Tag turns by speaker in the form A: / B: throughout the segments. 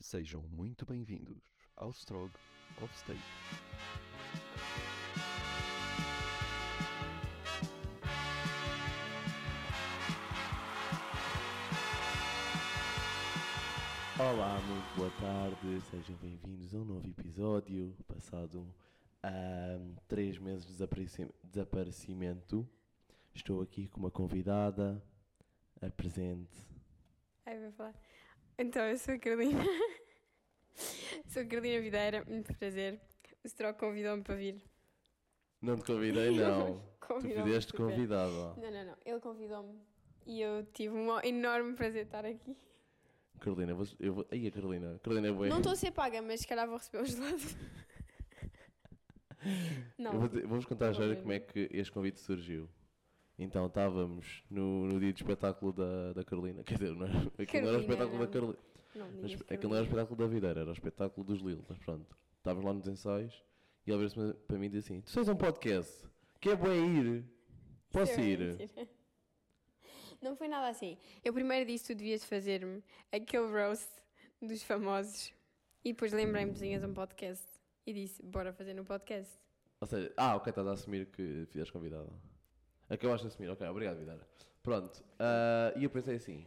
A: Sejam muito bem-vindos ao Strog Offstage.
B: Olá, muito boa tarde, sejam bem-vindos a um novo episódio. Passado ahm, três meses de desapareci- desaparecimento, estou aqui com uma convidada. Apresente.
C: Ai, vou falar. Então, eu sou a Carolina. sou a Carolina Videira, muito prazer. O Stroke convidou-me para vir.
B: Não te convidei, não. tu
C: Convidou-me,
B: fizeste
C: super.
B: convidada.
C: Não, não, não. Ele convidou-me e eu tive um enorme prazer de estar aqui.
B: Carolina, eu vou. Eu vou aí a Carolina. Carolina é boa.
C: Não assim, estou a ser paga, mas se calhar vou receber um gelado. não.
B: Eu vou te- vou-vos contar
C: Não,
B: já
C: não.
B: como é que este convite surgiu. Então, estávamos no, no dia do espetáculo da, da Carolina. Quer dizer, não era, aquilo não era o
C: Carolina,
B: espetáculo da
C: não.
B: Carolina.
C: Não, ninguém
B: Mas
C: se
B: aquilo não era o espetáculo da Videira, era o espetáculo dos Lil, mas pronto. Estávamos lá nos ensaios e ele veio-se para mim e disse assim: Tu tens um podcast, que é bom é ir, posso
C: Isso é
B: ir?
C: mentira. Não foi nada assim. Eu primeiro disse tu devias fazer-me aquele roast dos famosos e depois lembrei-me que tinhas um podcast e disse bora fazer no podcast.
B: Ou seja, ah, ok, estás a assumir que fizeste convidada. Acabaste de assumir, ok, obrigado, Videira. Pronto, ah, e eu pensei assim: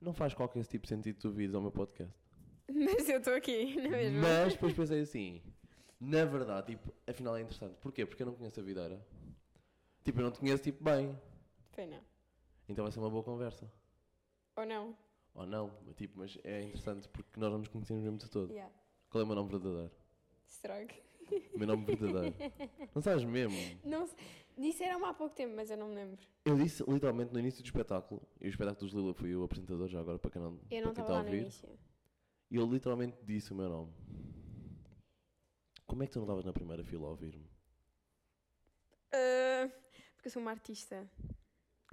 B: Não faz qualquer tipo de sentido tu vires ao meu podcast.
C: Mas eu estou aqui, não é mesmo?
B: Mas depois pensei assim, na verdade, tipo, afinal é interessante. Porquê? Porque eu não conheço a Videira. Tipo, eu não te conheço tipo bem.
C: Foi não.
B: Então vai ser uma boa conversa.
C: Ou não?
B: Ou não, mas, tipo, mas é interessante porque nós não nos conhecemos mesmo de todo.
C: Yeah.
B: Qual é o meu nome verdadeiro?
C: Stroke.
B: O meu nome verdadeiro. não sabes mesmo?
C: Não sei. Disseram-me há pouco tempo, mas eu não me lembro.
B: Eu disse literalmente no início do espetáculo, e o espetáculo dos Lila foi o apresentador, já agora para quem não,
C: Eu não
B: para quem
C: estava
B: está a
C: lá no
B: ouvir,
C: início.
B: e ele literalmente disse o meu nome. Como é que tu não estavas na primeira fila a ouvir-me?
C: Ah, porque eu sou uma artista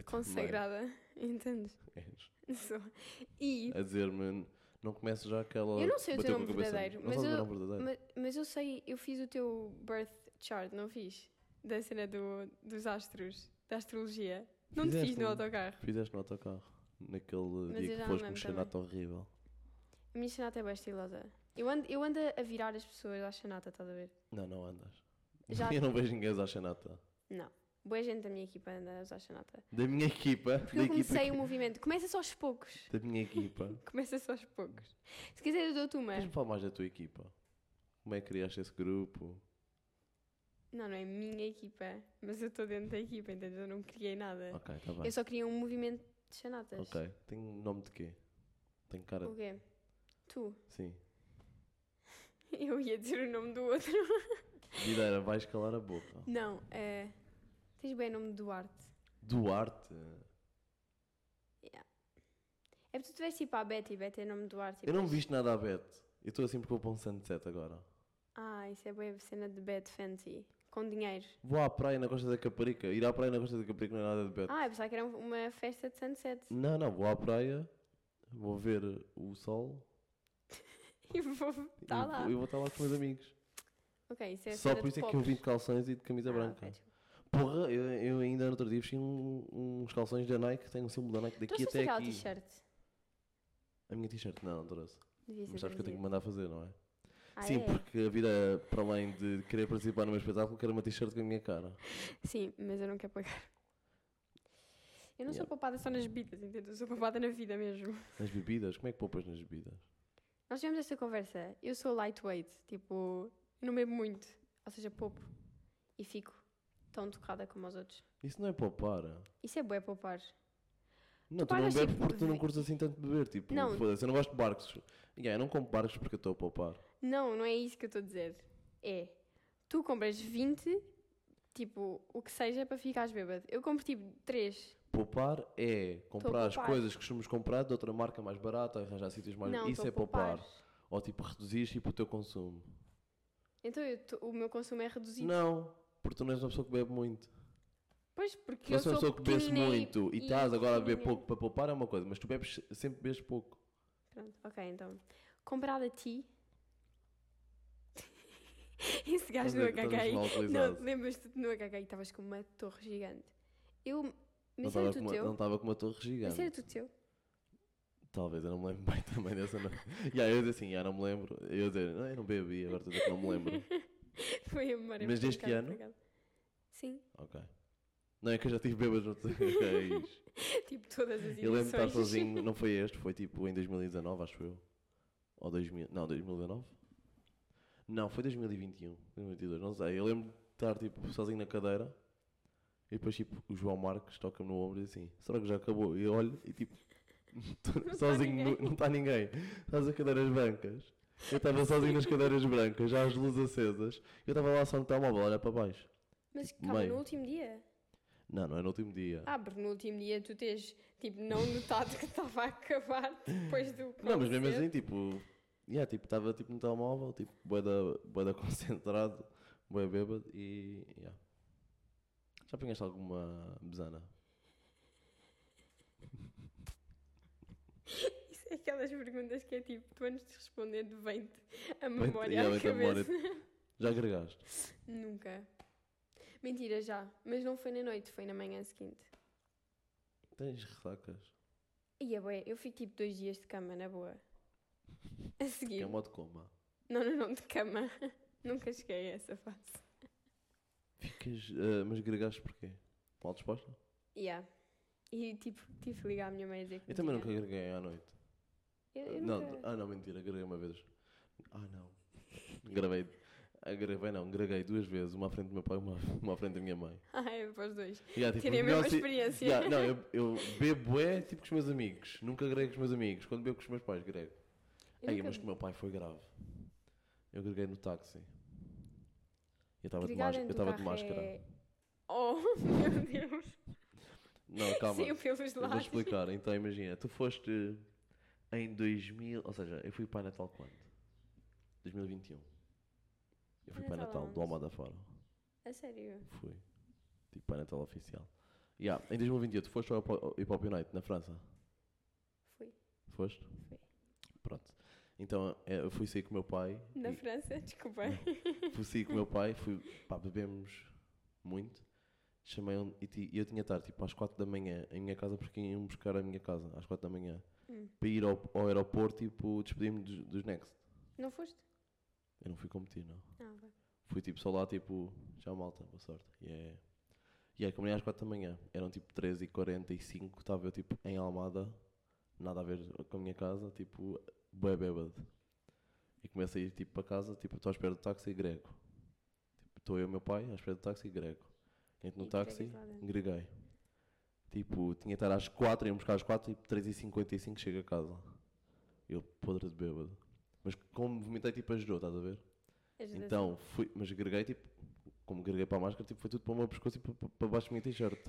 C: consagrada, entendes?
B: És.
C: Sou. E
B: a dizer-me não começo já aquela.
C: Eu não sei o teu
B: bateu
C: nome
B: com a cabeça.
C: verdadeiro,
B: Não
C: mas
B: sabes o meu
C: eu,
B: nome verdadeiro.
C: ma- mas eu sei, eu fiz o teu birth chart, não fiz? Da cena do, dos astros, da astrologia. Não te fiz
B: Fizeste
C: no
B: um-
C: autocarro.
B: Fizeste no autocarro, naquele
C: eu
B: dia
C: já
B: que
C: não
B: foste
C: lembro
B: mexer na
C: também.
B: horrível.
C: A minha chanata é bem estilosa. Eu ando, eu ando a virar as pessoas à chanata, estás a ver?
B: Não, não andas.
C: Já-
B: Eu não vejo ninguém usar Xanata.
C: Não. Boa gente da minha equipa anda a usar chanata.
B: Da minha equipa.
C: Porque
B: da
C: eu comecei um
B: equipa
C: o movimento. Começa só aos poucos.
B: Da minha equipa.
C: Começa só aos poucos. Se quiser eu dou-te uma.
B: Deixa-me falar mais da tua equipa. Como é que criaste esse grupo?
C: Não, não é minha equipa. Mas eu estou dentro da equipa, entendeu? Eu não criei nada.
B: Ok, está bem.
C: Eu só criei um movimento de chanatas.
B: Ok. Tem um nome de quê? Tem cara.
C: O quê? Tu.
B: Sim.
C: Eu ia dizer o nome do outro.
B: Videira, vais calar a boca.
C: Não, é. Tens bem o nome de Duarte.
B: Duarte.
C: Yeah. É porque tu tiveste tipo a Betty, Betty é nome de Duarte. e
B: Eu não
C: depois-
B: viste nada a Beto. Eu estou assim porque vou para um sunset agora.
C: Ah, isso é boa cena de Bad Fancy. Com dinheiro.
B: Vou à praia na Costa da Caparica. Ir à praia na Costa da Caparica não é nada de beto.
C: Ah, eu pensava que era uma festa de sunset.
B: Não, não, vou à praia, vou ver o sol
C: E vou. Tá
B: e,
C: lá.
B: vou- e vou estar lá com os meus amigos.
C: Ok, isso é
B: Só
C: cena
B: por
C: de
B: isso é que eu
C: pobres.
B: vim de calções e de camisa
C: Ah,
B: branca.
C: ok, desculpa.
B: Porra, eu, eu ainda no outro dia vesti um- uns calções da Nike, tenho um símbolo da Nike daqui
C: Trouxeste
B: até
C: aquela
B: aqui.
C: t-shirt.
B: A minha t-shirt, não, não trouxe.
C: Devia ser
B: Mas sabes que eu tenho que
C: trazido.
B: mandar fazer, não é?
C: é Ah,
B: Sim,
C: é?
B: porque a vida, para além de querer participar no meu espetáculo, quero uma t-shirt com a minha cara.
C: Sim, mas eu não quero pagar. Eu não
B: Yeah.
C: sou poupada só nas bebidas, entende? Eu sou poupada na vida mesmo.
B: Nas bebidas, como é que poupas nas bebidas?
C: Nós tivemos esta conversa. Eu sou lightweight, tipo, não bebo muito, ou seja, pouco. E fico tão tocada como os outros.
B: Isso não é poupar.
C: Isso é bué poupar.
B: Não, tu não
C: pagas,
B: bebes
C: tipo,
B: porque tu não
C: vi-
B: curtes assim tanto de beber. Tipo,
C: Não.
B: foda-se, eu não gosto de barcos. Yeah, eu não compro barcos porque eu estou a poupar.
C: Não, não é isso que eu estou a dizer. É, tu compras 20, tipo, o que seja para ficares bêbado. Eu compro tipo 3.
B: Poupar é comprar
C: a
B: as
C: poupar.
B: coisas que costumas comprar de outra marca mais barata, arranjar sítios mais.
C: Não,
B: Isso
C: estou
B: é
C: a poupar.
B: poupar. Ou tipo, reduzir tipo, o teu consumo.
C: Então eu tô- o meu consumo é reduzido.
B: Não, porque tu não és uma pessoa que bebe muito.
C: Pois, porque
B: Se
C: eu
B: és
C: sou
B: uma pessoa que bebes
C: pequenina
B: muito e, estás agora a beber
C: pequenina.
B: pouco para poupar é uma coisa, mas tu bebes, sempre bebes pouco.
C: Pronto, ok, então. Comprado a ti. Esse gajo no
B: Estás a- é estás
C: HKI.
B: mal utilizado.
C: Não, lembras-te no HKI estavas com uma torre gigante. Eu.
B: Não
C: Mas
B: estava
C: era
B: com
C: tu
B: uma- não
C: é teu?
B: estava com uma torre
C: Mas
B: gigante.
C: era tu teu?
B: Talvez, eu não me lembro bem também dessa noite. E aí eu disse assim, já não me lembro. Eu dizer, não, eu não bebi, agora estou a dizer que não me lembro.
C: Foi a memória.
B: Mas deste
C: brincada,
B: ano?
C: por acaso. Sim,
B: Ok. Não, é que eu já tive bebas no Ok.
C: tipo todas as
B: Eu lembro de estar
C: edições.
B: sozinho, não foi este, foi tipo em 2019, acho eu. Ou 2000, não, 2019? Não, foi 2021, 2022, não sei. Eu lembro de estar tipo sozinho na cadeira e depois tipo o João Marques toca-me no ombro e diz assim: será que já acabou? E eu olho e tipo,
C: tá
B: sozinho, no-
C: ninguém.
B: não está ninguém. Estás a cadeiras brancas. Eu estava sozinho nas cadeiras brancas, já as luzes acesas. Eu estava lá só no telemóvel, a olhar para baixo.
C: Mas calma,
B: tipo, meio.
C: no último dia?
B: Não, não é no último dia.
C: Ah, porque no último dia tu tens, tipo, não notado que estava a acabar depois do.
B: Não, mas mesmo
C: concerto.
B: assim, tipo, yeah, tipo, estava tipo no telemóvel, tipo, boeda, boeda concentrado, boé bêbado e. Yeah. Já apanhaste alguma besana?
C: Isso é aquelas perguntas que é tipo, tu antes de responder, vem-te
B: Vem-te-
C: a memória
B: yeah,
C: à
B: vem-te a memória.
C: cabeça.
B: Já agregaste?
C: Nunca. Mentira, já. Mas não foi na noite, foi na manhã seguinte.
B: Tens ressacas?
C: E é bué, eu fui tipo dois dias de cama, na boa. A seguir.
B: Que é modo coma.
C: Não, não, não, de cama. Nunca cheguei a essa fase.
B: Ficas. ah, mas agregaste porquê? Mal disposta?
C: Yeah. E tipo, tive que ligar à minha mãe e dizer que.
B: Eu também
C: me
B: nunca
C: tinha-
B: agreguei à noite.
C: Eu, eu
B: não,
C: nunca-
B: Ah, não, mentira, agreguei uma vez. Ah, não. Gravei. ah, Gravei não, agreguei duas vezes, uma à frente do meu pai e uma, uma à frente da minha mãe.
C: Ah, é para os dois.
B: Yeah, tipo,
C: Tirei a
B: melhor
C: mesma
B: se-
C: experiência.
B: Yeah, não, eu, eu bebo é tipo com os meus amigos. Nunca grego com os meus amigos. Quando bebo com os meus pais, grego.
C: Eu
B: Aí,
C: nunca-
B: mas com o meu pai foi grave. Eu greguei no táxi. Eu estava de,
C: Gregar
B: máscara. Eu
C: dentro do
B: estava de
C: carro
B: máscara.
C: é- Oh, meu Deus.
B: Não, calma.
C: Saiu pelos
B: eu vou
C: lados.
B: explicar. Então imagina, tu foste em 2000, ou seja, eu fui para Natal quando? 2021. Eu fui
C: Para
B: para
C: Natal
B: Natal, do
C: aonde?
B: Almada fora.
C: A sério.
B: Fui. Tipo para Natal oficial. Yeah, em 2021, tu foste ao Hip Hop Unite na França?
C: Fui.
B: Foste?
C: Fui.
B: Pronto. Então eh, eu fui sair com o meu pai.
C: Na
B: e-
C: França, desculpa.
B: Fui sair com o meu pai, fui, pá, bebemos muito. Chamei um, e, ti- e eu tinha de estar tipo às 4 da manhã em minha casa porque iam buscar a minha casa às 4 da manhã
C: Hum.
B: para ir ao, ao aeroporto tipo despedir-me dos, dos Next.
C: Não foste?
B: Eu não fui competir, não.
C: Ah, vá.
B: Fui tipo só lá tipo, já malta, boa sorte. E é. E é, combinei às 4 da manhã. Eram tipo 13h45, estava eu tipo em Almada, nada a ver com a minha casa, tipo, bué bêbado. E começo a ir tipo para casa, tipo, estou à espera do táxi e grego. Tipo, estou eu e o meu pai à espera do táxi e grego. Entro no
C: E
B: táxi,
C: gregas lá dentro.
B: greguei. Tipo, tinha que estar às 4, ia buscar às 4 e 3h55 chego a casa. Eu podre de bêbado. Mas como vomitei, tipo, ajudou, estás a ver?
C: Ajuda-se.
B: Então, fui, mas greguei tipo, como greguei para a máscara, tipo, foi tudo para o meu pescoço e para, para- para baixo da minha t-shirt.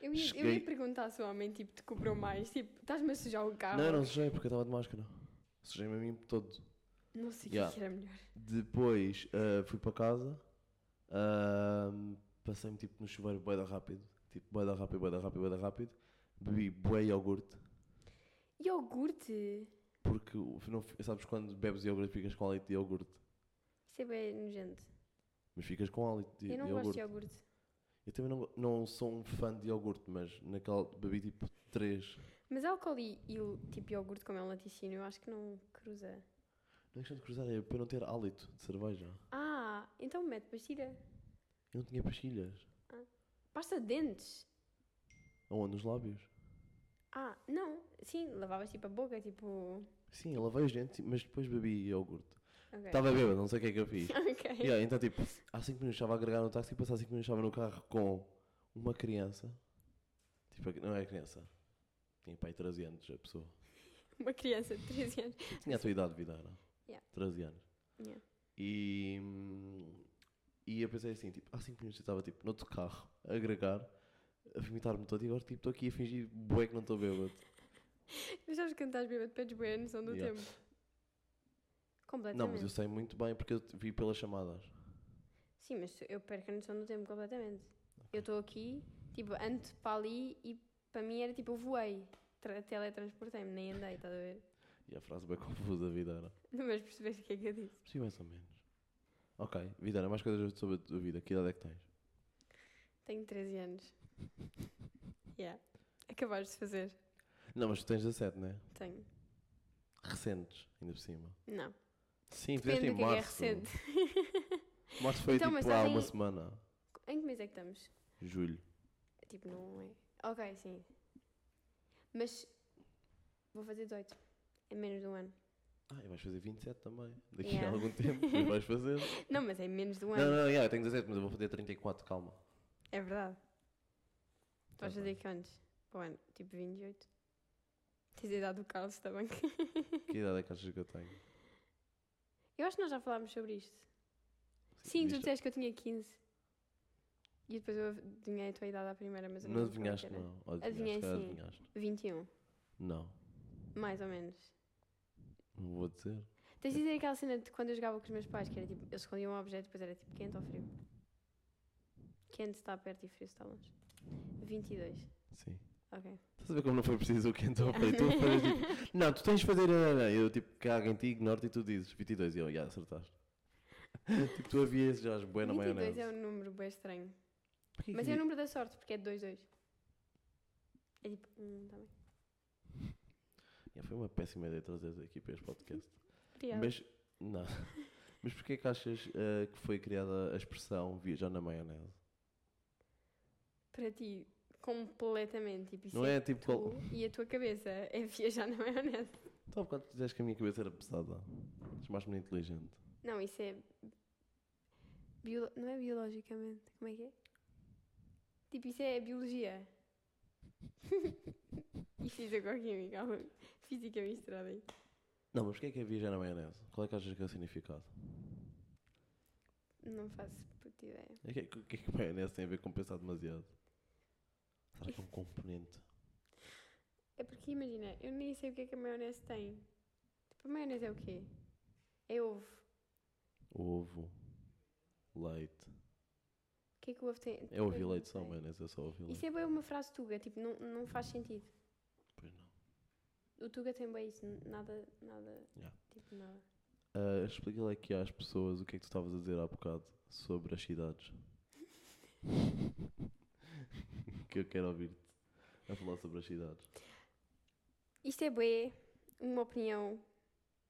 C: Eu ia, eu
B: Cheguei-
C: ia perguntar se o homem tipo, te cobrou mais, tipo, estás-me a sujar o carro.
B: Não, não sujei porque eu estava de máscara. Sujei-me a mim todo.
C: Não sei o que é
B: Yeah.
C: que era melhor.
B: Depois ah, fui para casa, ah, passei-me tipo no chuveiro bué da rápido, tipo bué da rápido, bué da rápido, bué da rápido, bebi bué iogurte,
C: Iogurte.
B: porque o- não, sabes quando bebes iogurte ficas com hálito de iogurte,
C: Isso é bem nojento.
B: mas ficas com hálito de,
C: Eu não
B: de
C: gosto
B: iogurte.
C: de iogurte.
B: Eu também não, não sou um fã de iogurte, mas naquela bebi tipo 3.
C: Mas álcool e, e o tipo iogurte como é um laticínio, eu acho que não cruza.
B: Não é questão de cruzar, é para eu não ter hálito de cerveja.
C: Ah, então mete pastilha.
B: Eu não tinha pastilhas.
C: Pasta de dentes.
B: Aonde? Nos lábios?
C: Ah, não. Sim, lavavas tipo a boca, tipo.
B: Sim, eu lavei os dentes, mas depois bebi iogurte.
C: Ok.
B: Estava bêbado, não sei o que é que eu fiz.
C: Ok.
B: Yeah, então, tipo, há 5 minutos estava a agregar no táxi e passar 5 minutos estava no carro com uma criança. Tipo, não é criança. Tinha pai 13 anos a pessoa.
C: Uma criança de 13 anos.
B: Tinha a tua idade de vida, não?
C: Yeah.
B: 13 anos.
C: Yeah.
B: E, hum, e eu pensei assim, tipo, há 5 minutos eu estava tipo, noutro carro, a agregar, a vomitar-me todo e agora tipo, estou aqui a fingir bué que não estou bêbado.
C: Mas sabes que estás bêbado, pedes boa noção do
B: Yeah.
C: tempo. Completamente.
B: Não, mas eu sei muito bem porque eu te vi pelas chamadas.
C: Sim, mas eu perco a noção do tempo completamente. Eu estou aqui, tipo, ando para ali e para mim era tipo, eu voei. Tra- Teletransportei-me, nem andei, estás a ver?
B: E a frase bem confusa, Vidara.
C: Não vais perceber o que é que eu disse.
B: Sim, mais ou menos. Ok, Vidara, mais coisas sobre a tua vida. Que idade é que tens?
C: Tenho 13 anos. yeah. Acabaste de fazer.
B: Não, mas tu tens 17, não é?
C: Tenho.
B: Recentes, ainda por cima.
C: Não.
B: Sim, fizeste
C: Depende
B: em
C: do que é que é
B: março.
C: recente.
B: março foi
C: Então, mas
B: tipo há
C: sabem-
B: uma semana.
C: em que mês é que estamos?
B: Julho.
C: Tipo, não é. Ok, sim. Mas vou fazer 18. É menos de um ano.
B: Ah, e vais fazer 27 também. Daqui a
C: Yeah.
B: algum tempo depois vais fazer.
C: Não, mas é menos de um
B: não,
C: ano.
B: não, yeah, eu tenho 17, mas eu vou fazer 34, calma.
C: É verdade. Tu vais
B: Tá
C: fazer
B: bem.
C: que antes? Para o ano? Tipo 28. Tens a idade do tá Carlos também.
B: Que idade é que achas que eu tenho?
C: Eu acho que nós já falámos sobre isto. Sim, tu
B: diz-
C: disseste que eu tinha 15. E depois eu adivinhei a tua idade à primeira, mas eu
B: Não
C: lembro qual é que
B: adivinhaste,
C: era.
B: não. Ou
C: Adivinhei
B: Adivinhaste, cara,
C: sim.
B: adivinhaste.
C: 21,
B: Não,
C: mais ou menos.
B: não vou dizer.
C: Tens de dizer aquela cena de quando eu jogava com os meus pais, que era tipo, eles escondiam um objeto, depois era tipo quente ou frio. Quente está perto e frio está longe. 22,
B: Sim.
C: ok.
B: Estás a ver como não foi preciso o quente ao peito? Tu fazes tipo, não, tu tens de fazer. não, não, não. Eu tipo, cago em ti, ignoro-te e tu dizes 22. E eu, já acertaste. tipo, tu havias já as boas na
C: 22
B: maionese.
C: é um número bem estranho.
B: Porquê
C: Mas
B: que-
C: é o número da sorte, porque é de 2, 2. É tipo, hum, tá bem.
B: Já foi uma péssima ideia trazer aqui para este podcast.
C: Obrigada.
B: Mas, não. Mas porquê que achas eh, que foi criada a expressão viajar na maionese?
C: Para ti, completamente. Tipo, isso
B: não
C: é,
B: é tipo.
C: tu
B: Qual...
C: e a tua cabeça é viajar na maionese.
B: Tu há bocado disseste que a minha cabeça era pesada. Chamaste-me inteligente.
C: Não, isso é. Bio... Não é biologicamente. Como é que é? Tipo, isso é biologia. e fisicoquímica. algo- Física misturada aí.
B: Não, mas porquê que é viajar na maionese? Qual é que achas que é o significado?
C: Não faço puta ideia.
B: O que, é que- o que é que maionese tem a ver com pensar demasiado? Será que é um componente?
C: É porque imagina, eu nem sei o que é que a maionese tem. Tipo, a maionese é o quê? É ovo.
B: Ovo, leite.
C: O que é que o ovo tem?
B: É ovo
C: Pois
B: e
C: não
B: leite só,
C: sei.
B: maionese é só ovo e leite.
C: Isso é bem uma frase tuga, tipo, não, não faz sentido. é
B: Pois não.
C: O tuga tem bem isso, n- nada, nada,
B: Yeah.
C: tipo, nada.
B: Ah, explica lá aqui às pessoas o que é que tu estavas a dizer há bocado sobre as cidades. que eu quero ouvir-te a falar sobre as cidades.
C: Isto é bué, uma opinião,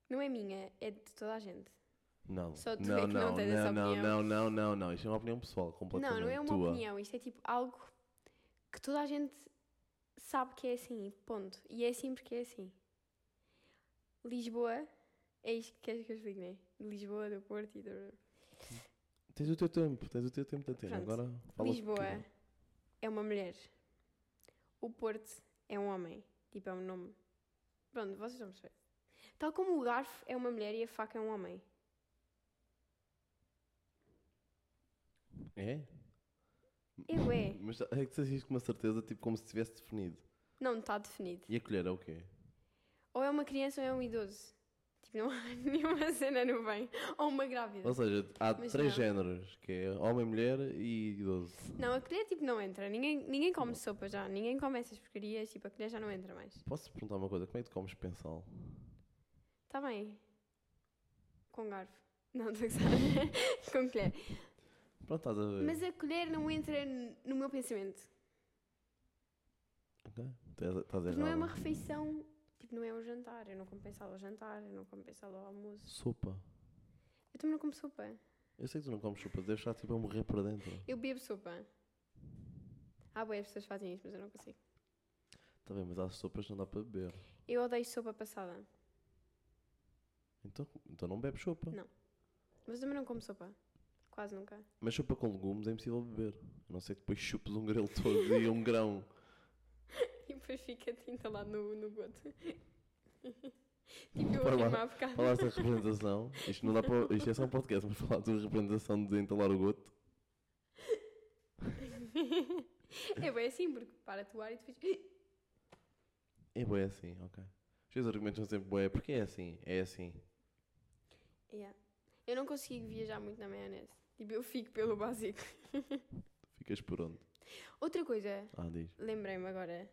C: não é minha, é de toda a gente.
B: Não,
C: Só tu é
B: não,
C: que não
B: não,
C: tens
B: não,
C: essa
B: não,
C: opinião.
B: não, não, não, não. Isto é uma opinião pessoal, completamente
C: Não, não é uma
B: tua.
C: opinião, isto é tipo algo que toda a gente sabe que é assim, ponto. E é assim porque é assim. Lisboa, é isto que queres que eu explique, não é? De Lisboa, do Porto e do...
B: Tens o teu tempo, tens o teu tempo de ter.
C: Pronto.
B: Agora fala
C: Lisboa é uma mulher. O Porto é um homem. Tipo, é um nome. Pronto, vocês vão perceber. Tal como o garfo é uma mulher e a faca é um homem.
B: É?
C: Eu é.
B: Mas é que disseste isto com uma certeza, tipo como se tivesse definido.
C: Não está definido.
B: E a colher é o quê?
C: Ou é uma criança ou é um idoso. Tipo, não há nenhuma cena no bem. Ou uma grávida.
B: Ou seja, há
C: Mas
B: três
C: não.
B: géneros, que é homem, mulher e idoso.
C: Não, a colher tipo não entra. Ninguém, ninguém come sopa já. Ninguém come essas porcarias. Tipo, a colher já não entra mais.
B: Posso te perguntar uma coisa? Como é que tu comes pensal?
C: Está bem. Com garfo. Não, estou a gozar. Com colher.
B: Pronto, estás a ver.
C: Mas a colher não entra n- no meu pensamento.
B: Ok? Tu és- Estás
C: Mas não é
B: errada.
C: uma refeição, tipo, não é um jantar. Eu não como pensá-lo ao jantar, eu não como pensá-lo ao almoço.
B: Sopa.
C: Eu também não como sopa.
B: Eu sei que tu não comes sopa, deves estar tipo a morrer para dentro.
C: Eu bebo sopa. Há boas pessoas que fazem isso, mas eu não consigo.
B: Está Tá bem, mas há sopas que não dá para beber.
C: Eu odeio sopa passada.
B: Então, então não bebes sopa.
C: Não. Mas eu também não como sopa. Quase nunca.
B: Mas sopa com legumes é impossível beber. A não ser que depois chupes um grelo todo e um grão.
C: E depois fica a tinta lá no, no goto. tipo, eu
B: Para lá.
C: afirmo há bocado.
B: Falaste da representação. Isto, não dá para, isto é só um podcast, mas falar da representação de entalar o goto.
C: é bem assim, porque para tu ar e depois.
B: É bué assim, ok. Os teus argumentos são sempre bué, porque é assim, é assim.
C: Yeah. Eu não consigo viajar muito na maionese. Tipo, eu fico pelo básico.
B: Ficas por onde?
C: Outra coisa
B: Ah, diz.
C: Lembrei-me agora.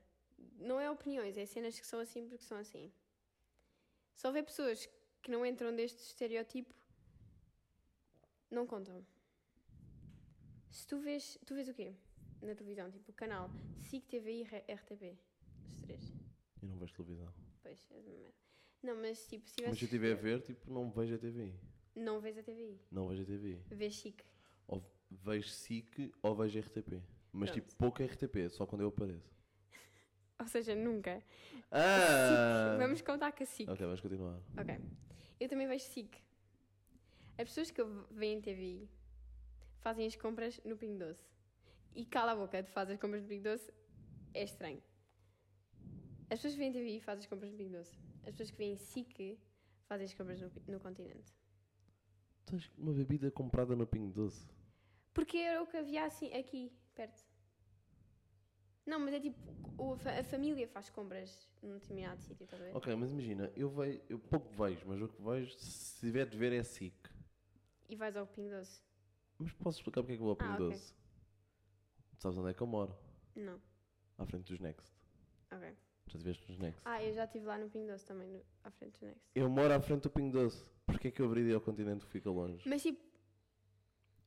C: Não é opiniões, é cenas que são assim porque são assim. Se houver pessoas que não entram deste estereotipo, não contam. Se tu vês, tu vês o quê? Na televisão, tipo o canal SIC, TVI, e RTP. Os três.
B: Eu não vejo televisão.
C: Pois, é uma merda. Não, mas tipo, se
B: Mas se eu
C: tivesse.
B: estiver a ver, tipo, não vejo a TVI.
C: Não vês a TVI.
B: Não vejo a TVI.
C: Vês chique.
B: Ou vejo SIC ou vejo RTP. Mas
C: Pronto.
B: tipo, pouco RTP, só quando eu apareço.
C: Ou seja, nunca.
B: Ah!
C: SIC. Vamos contar com a SIC.
B: Ok, vamos continuar.
C: Ok. Eu também vejo SIC. As pessoas que veem TVI fazem as compras no Pingo Doce. E cala a boca de fazer as compras no Pingo Doce é estranho. As pessoas que veem TVI fazem as compras no Pingo Doce. As pessoas que veem SIC fazem as compras no, Pi- no continente.
B: Tens uma bebida comprada no Pingo Doce.
C: Porque era o que havia assim, aqui, perto. Não, mas é tipo, o- a fa- a família faz compras num determinado sítio, estás a ver?
B: Ok, mas imagina, eu vejo, eu pouco vejo, mas o que vejo, se tiver de ver é SIC.
C: E vais ao Pingo Doce.
B: Mas posso explicar porque é que eu vou ao Pingo
C: Ah, ok.
B: Doce? Sabes onde é que eu moro?
C: Não,
B: À frente dos Next.
C: ok.
B: Já estiveste nos Next?
C: Ah, eu já estive lá no Pingo Doce também, no- à frente do Next.
B: Eu moro à frente do Pingo Doce. Porquê é que eu abri ao continente que fica longe?
C: Mas tipo,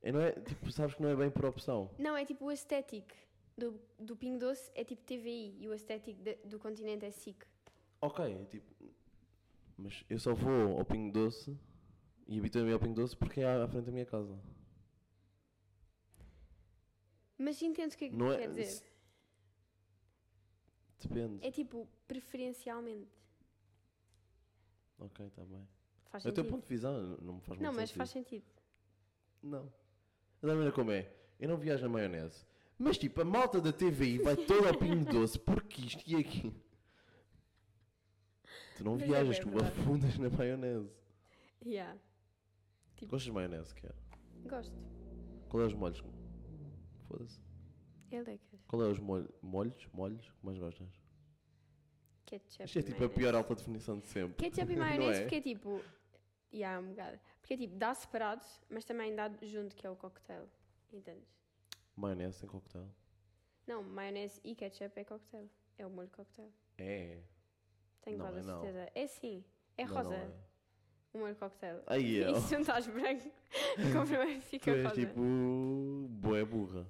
B: E não é, tipo, sabes que não é bem por opção.
C: Não, é tipo o aesthetic do, do Pingo Doce é tipo TVI e o aesthetic de- do continente é SIC.
B: Ok, tipo. Mas eu só vou ao Pingo Doce e habituo-me ao Pingo Doce porque é à à frente da minha casa.
C: Mas entendes o que é que
B: Não é-
C: quer dizer?
B: se- Depende.
C: É tipo preferencialmente.
B: Ok, está bem.
C: Faz
B: É o teu
C: sentido.
B: ponto de visão, n- não me faz
C: não,
B: muito
C: mas
B: sentido.
C: faz sentido.
B: Não. Da maneira como é, eu não viajo na maionese. Mas tipo, a malta da TVI vai toda ao Pingo Doce porque isto e aqui. Tu não
C: Mas é
B: viajas,
C: bem
B: tu
C: verdade.
B: afundas na maionese.
C: Yeah. Tipo-
B: Gostas de maionese, quer?
C: Gosto.
B: Qual é os molhos? que- Foda-se.
C: É lecker.
B: Qual é os molhos, molhos, molhos é que mais gostas?
C: Ketchup.
B: Isto é
C: e
B: tipo a
C: maionese.
B: pior alta definição de sempre.
C: Ketchup e
B: Não
C: maionese
B: é?
C: porque é tipo. Yeah, um bocado. Porque é tipo, dá separado, mas também dá junto, que é o cocktail. Entendes?
B: Maionese em coquetel.
C: Não, maionese e ketchup é cocktail. É o molho cocktail.
B: É.
C: Tenho
B: Não,
C: quase
B: é
C: a
B: não.
C: certeza. É sim. É
B: Não,
C: rosa.
B: Não é.
C: O molho cocktail.
B: Aí eu.
C: E se juntares branco, compromete
B: Tu
C: fica
B: és
C: rosa.
B: tipo. Boé burra.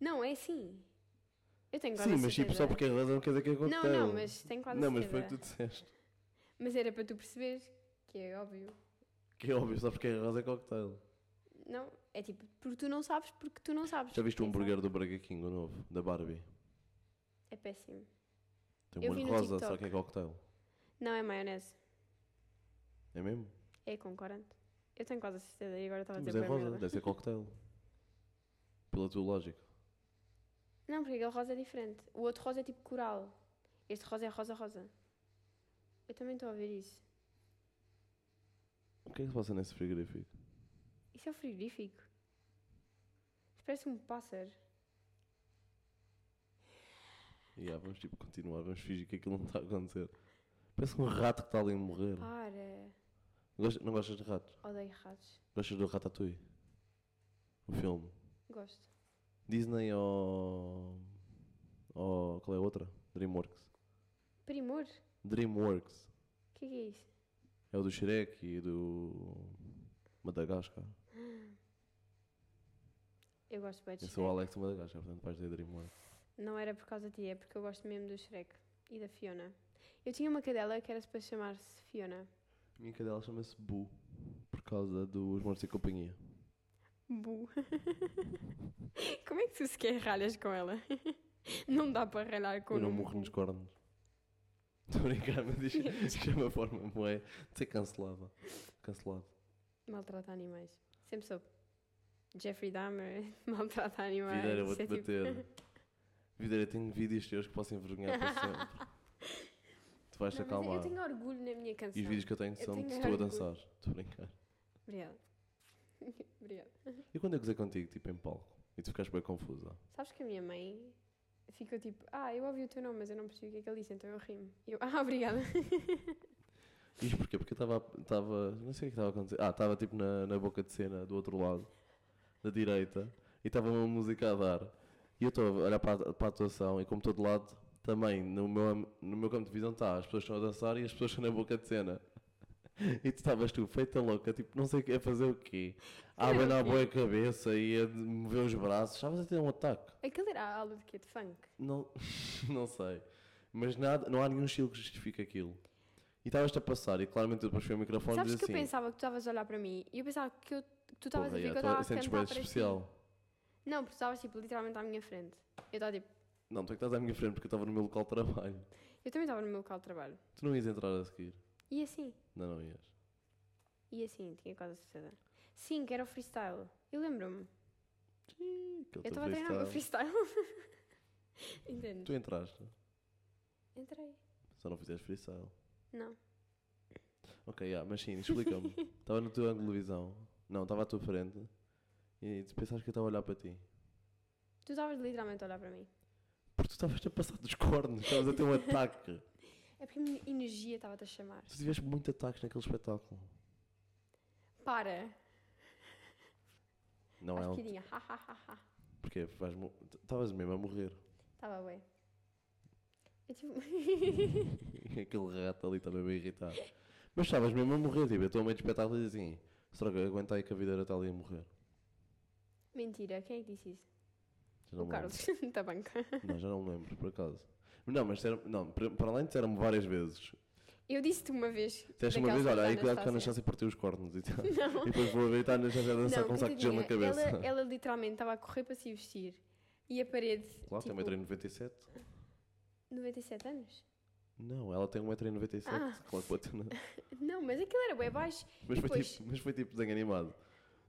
C: Não, é assim. Eu tenho quase
B: Sim,
C: a
B: mas tipo, só
C: certeza.
B: porque é rosa não quer dizer que é
C: Não,
B: coquetel.
C: não, mas tenho quase a
B: Não, mas foi o que
C: certeza.
B: tu disseste.
C: Mas era para tu perceberes, que é óbvio.
B: Que é óbvio, só porque é rosa é coquetel.
C: Não, é tipo, porque tu não sabes, porque tu não sabes.
B: Já viste o
C: Atenção.
B: hambúrguer do Burger King, o novo? Da Barbie?
C: É péssimo.
B: Tem
C: Eu
B: um
C: vi
B: molho
C: no
B: rosa, só
C: TikTok.
B: que é coquetel.
C: Não é maionese,
B: É mesmo?
C: é concordante. Eu tenho quase a certeza e agora estava a
B: Mas
C: dizer
B: é
C: para
B: rosa,
C: merda.
B: deve ser coquetel. Pela tua lógica.
C: Não, porque aquele rosa é diferente. O outro rosa é tipo coral. Este rosa é rosa-rosa. Eu também estou a ouvir isso.
B: O que é que se passa nesse frigorífico?
C: Isso é um frigorífico. Isso parece um pássaro.
B: E ah, vamos tipo continuar, vamos fingir que aquilo não está a acontecer. Parece que um rato que está ali a morrer.
C: Para.
B: Gosta- não gostas de ratos?
C: Odeio ratos.
B: Gostas do Ratatouille? O filme.
C: Gosto.
B: Disney ou. ou. qual é a outra? Dreamworks.
C: Primor?
B: Dreamworks.
C: O que é, que é isso?
B: É o do Shrek e do. Madagascar.
C: Eu gosto bem de
B: Eu
C: Shrek.
B: sou é o Alex de Madagascar, portanto vais dizer Dreamworks.
C: Não era por causa de ti, é porque eu gosto mesmo do Shrek e da Fiona. Eu tinha uma cadela que era para chamar-se Fiona.
B: A minha cadela chama-se Boo. Por causa dos Mortos e Companhia.
C: Bu. Como é que tu sequer ralhas com ela? Não dá para ralhar com
B: Eu não
C: um
B: morro
C: bu.
B: nos cornos. Estou a brincar, mas isto isto é uma forma bué de ser cancelada. Cancelado.
C: Maltrata animais. Sempre soube. Jeffrey Dahmer maltrata animais.
B: Videira, vou-te
C: Isso é tipo-
B: bater. Videira, tenho vídeos teus que posso envergonhar para sempre. Tu vais te
C: Não, mas é- eu- eu
B: acalmar.
C: tenho orgulho na minha canção.
B: E os vídeos que eu tenho
C: Eu
B: são
C: tenho
B: de tu a
C: orgulho.
B: dançar. Estou a brincar.
C: Obrigada. Obrigada.
B: E quando eu gozei contigo, tipo em palco, e tu ficaste bem confusa?
C: Sabes que a minha mãe ficou tipo, ah, eu ouvi o teu nome, mas eu não percebi o que é que ele disse, então eu rimo. E eu, ah, obrigada.
B: Isto porquê? Porque eu estava. estava- Não sei o que estava a acontecer. Ah, estava tipo na, na boca de cena do outro lado, da direita, e estava uma música a dar. E eu estou a olhar para a, para a atuação, e como estou de lado, também no meu, am- no meu campo de visão está. As pessoas estão a dançar e as pessoas estão na boca de cena. E tu estavas tu, feita louca, tipo, não sei o que- a fazer o quê. A
C: Fazer o
B: abanar
C: quê?
B: boa a cabeça e a de- mover os braços. Estavas a ter um ataque.
C: Aquilo era a aula de quê? De funk?
B: Não, não sei. Mas nada, não há nenhum estilo que justifique aquilo. E estavas-te a passar e claramente tu depois foi o microfone
C: Sabes
B: e
C: que
B: disse
C: eu
B: assim.
C: pensava que tu estavas a olhar para mim e eu pensava que, eu- que tu estavas a ver
B: "Porra,
C: que eu
B: já,
C: estava a
B: tu sentes
C: cantar
B: bué
C: para
B: de
C: ti.
B: especial.
C: Não, porque tu estavas tipo, literalmente à minha frente. Eu estava tipo,
B: Não, tu é que estás à minha frente porque eu estava no meu local de trabalho.
C: eu também estava no meu local de trabalho.
B: Tu não ias entrar a seguir.
C: E assim,
B: Não, não ias.
C: e assim, tinha quase a certeza. Sim, que era o freestyle. Eu lembro-me.
B: Aquele
C: Eu
B: teu
C: estava a treinar o meu
B: freestyle.
C: freestyle. Entende?
B: Tu entraste,
C: Entrei.
B: só não fizeste freestyle.
C: Não.
B: Ok, yeah, mas sim, explica-me. Estava no teu ângulo de visão. Não, estava à tua frente. E tu pensaste que eu estava a olhar para ti.
C: Tu estavas literalmente a olhar para mim.
B: Porque tu estavas a passar dos cornos, estavas a ter um ataque.
C: É porque a minha energia estava-te a chamar.
B: Tu tiveste muito ataques naquele espetáculo.
C: Para!
B: Não
C: Acho
B: é?
C: que
B: um-
C: tinha. Ha, ha, ha, ha.
B: Porque vais mo- estavas mesmo a morrer.
C: Estava bem. Eu tive...
B: Aquele rato ali também me irritar. Mas estavas mesmo a morrer, tipo, eu estou a meio de espetáculo e diz assim: será que eu aguento aí que a videira está ali a morrer?
C: Mentira, quem é que disse isso?
B: Já não
C: o
B: me
C: Carlos, tá da banca.
B: lembro. Não, já não me lembro, por acaso. Não, mas disseram- não, para para além de disseram-me várias vezes.
C: Eu disse-te uma vez.
B: Disseste uma
C: daquelas
B: vez, olha, aí cuidado
C: coisas da
B: que a Ana
C: Anastácia.
B: Chance partiu os cornos e tal.
C: Não.
B: E depois vou ver e está a Ana Chance a dançar
C: Não,
B: com um saco de gelo na
C: coitadinha,
B: cabeça.
C: Ela, ela literalmente estava a correr para se vestir. E a parede.
B: Claro, tem
C: tipo,
B: 1,97m.
C: 97 anos?
B: Não, ela tem 1,97m.
C: Ah.
B: Claro que bateu na-
C: Não, mas aquilo era bem baixo.
B: Mas foi,
C: Depois-
B: tipo, mas foi tipo desenho animado.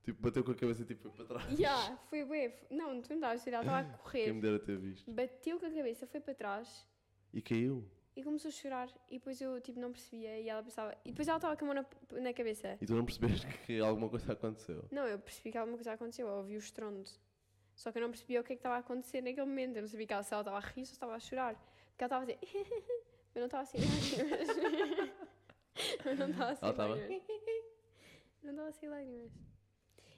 B: Tipo, bateu com a cabeça e tipo foi para trás.
C: Ya, foi bem. Não, tu não estavas a ver, ela estava a
B: Quem me
C: correr.
B: dera ter visto.
C: Bateu com a cabeça, foi para trás
B: E caiu.
C: e começou a chorar. E depois eu, tipo, não percebia. E ela pensava. E depois ela estava com a mão na, na cabeça.
B: E tu não percebeste que alguma coisa aconteceu.
C: Não, eu percebi que alguma coisa aconteceu. Eu ouvi o estrondo. Só que eu não percebia o que é que estava a acontecer naquele momento. Eu não sabia que ela, se ela estava a rir, só estava a chorar. Porque ela estava a dizer. Mas não estava assim. lágrimas. Mas não estava assim.
B: Ela estava?
C: lágrimas. Não estava assim lágrimas.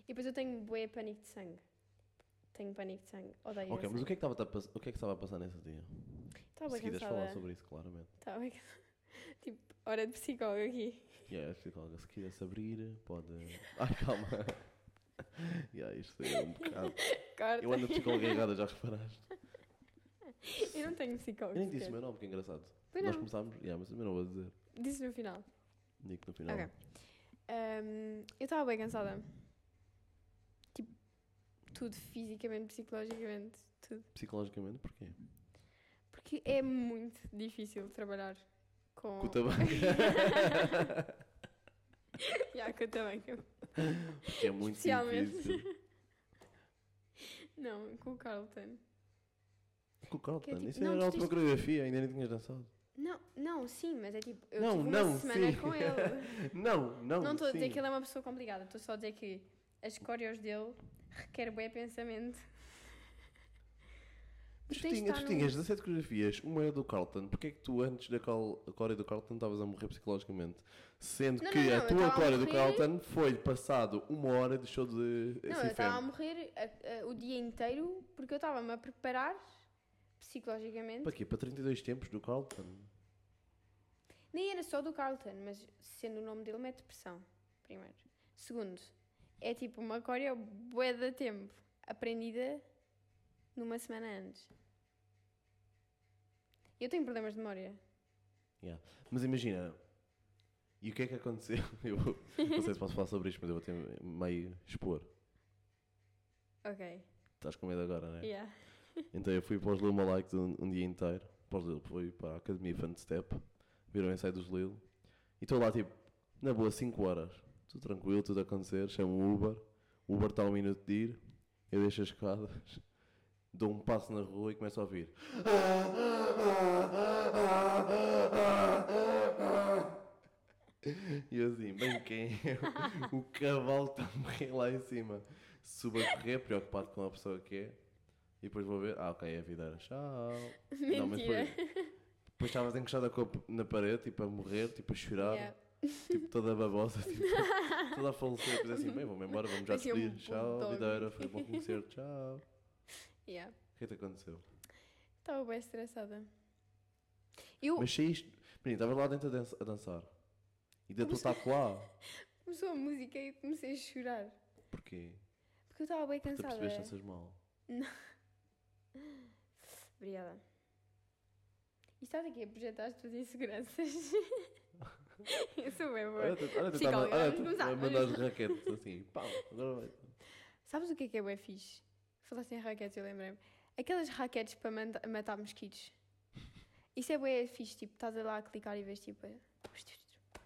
C: E depois eu tenho bué pânico de sangue. Tenho pânico de sangue. Odeio
B: ok, mas o
C: sangue.
B: que é que estava a pass- o que é que estava a passar nesse dia?
C: Estava
B: Se
C: bem
B: quiseres falar
C: cansada.
B: sobre isso, claramente.
C: Estava bem cansada. Tipo, hora de psicóloga aqui.
B: Yeah, a psicóloga, se quiseres abrir, pode. Ai, calma. yeah, isto é um bocado.
C: Corta.
B: Eu ando a psicóloga errada, já reparaste?
C: Eu não tenho
B: Eu
C: psicóloga.
B: nem disse o
C: sequer.
B: meu nome, que é engraçado.
C: é. Pois
B: Nós
C: não.
B: começámos. Yeah, mas também não vou dizer.
C: Disse no final.
B: Digo no final.
C: Ok. Ahm, eu estava bem cansada. Tipo, tudo fisicamente, psicologicamente, tudo.
B: Psicologicamente, porquê?
C: Porque é muito difícil trabalhar com.
B: Com o tabaco.
C: yeah, com o tabaco.
B: Porque é muito
C: Especialmente.
B: difícil.
C: Não, com o Carlton.
B: Com o Carlton.
C: tipo,
B: Isso
C: não,
B: era
C: tu
B: a última
C: tens-
B: coreografia, ainda nem tinhas dançado.
C: Não, não, sim, mas é tipo. Eu
B: Não,
C: tive
B: não,
C: uma semana
B: sim.
C: com ele.
B: Não, não.
C: Não estou a dizer
B: sim.
C: que ele é uma pessoa complicada, estou só a dizer que as coreos dele requerem bem pensamento.
B: Mas tu,
C: Tens de
B: tinha,
C: estar
B: tu
C: num-
B: tinhas 17 coreografias, uma era do Carlton. Porquê é que tu, antes da col- a córea do Carlton, estavas a morrer psicologicamente? Sendo
C: Não,
B: que
C: não, não, eu
B: a tua
C: estava a
B: córea do
C: morrer.
B: Carlton foi passado uma hora de show de assim,
C: Não, eu estava a
B: SFM.
C: morrer a- a- o dia inteiro porque eu estava-me a preparar psicologicamente.
B: Para quê? Para 32 tempos do Carlton?
C: Nem era só do Carlton, mas sendo o nome dele, mete pressão. Primeiro. Segundo, é tipo uma coreo bué de tempo, aprendida numa semana antes. Eu tenho problemas de memória.
B: Mas imagina, e o que é que aconteceu? Eu não sei se posso falar sobre isto, mas eu vou ter meio expor.
C: Ok.
B: Estás com medo agora, não é?
C: Yeah.
B: Então eu fui para os Lil Malikes um, um dia inteiro. Para os Lil, fui para a Academia Fun Step. Viram o ensaio dos Lil. E estou lá tipo, na boa, 5 horas. Tudo tranquilo, tudo a acontecer. Chamo o Uber. O Uber está a um minuto de ir. Eu deixo as escadas. Dou um passo na rua e começo a ouvir. E eu assim, bem quem é? O cavalo está a morrer lá em cima. Subo a correr, preocupado com a pessoa que é. E depois vou ver, ah ok, é a videira, tchau.
C: Mentira.
B: Não, mas depois, depois estavas encostada com a p- na parede, tipo a morrer, tipo a chorar,
C: Yeah.
B: tipo toda babosa, tipo, toda a falecer. Depois assim, bem, vou-me embora, vamos já
C: Parecia um
B: despedir, tchau,
C: bulldog.
B: videira, foi bom conhecer, tchau.
C: Yeah.
B: O que é que te aconteceu?
C: Estava bem estressada. Eu
B: Mas saíste, menino, estavas lá dentro a, dança- a dançar. E dentro do
C: Começou-
B: taco lá.
C: começou a música e eu comecei a chorar.
B: Porquê?
C: Porque eu estava bem
B: Porque tu
C: cansada.
B: percebeste danças mal.
C: Obrigada. E estás aqui a projetar as tuas inseguranças. Eu sou bem boa.
B: Olha, tu- olha, tu
C: Psicóloga,
B: tava- olha,
C: vamos
B: tu
C: começar,
B: a
C: vamos
B: mandar raquetes assim, pau, agora vai.
C: Sabes o que é que é bué fixe? Falaste em raquetes, eu lembrei-me. Aquelas raquetes para manda- matar mosquitos. Isso é bué fixe, tipo, estás lá a clicar e vês tipo...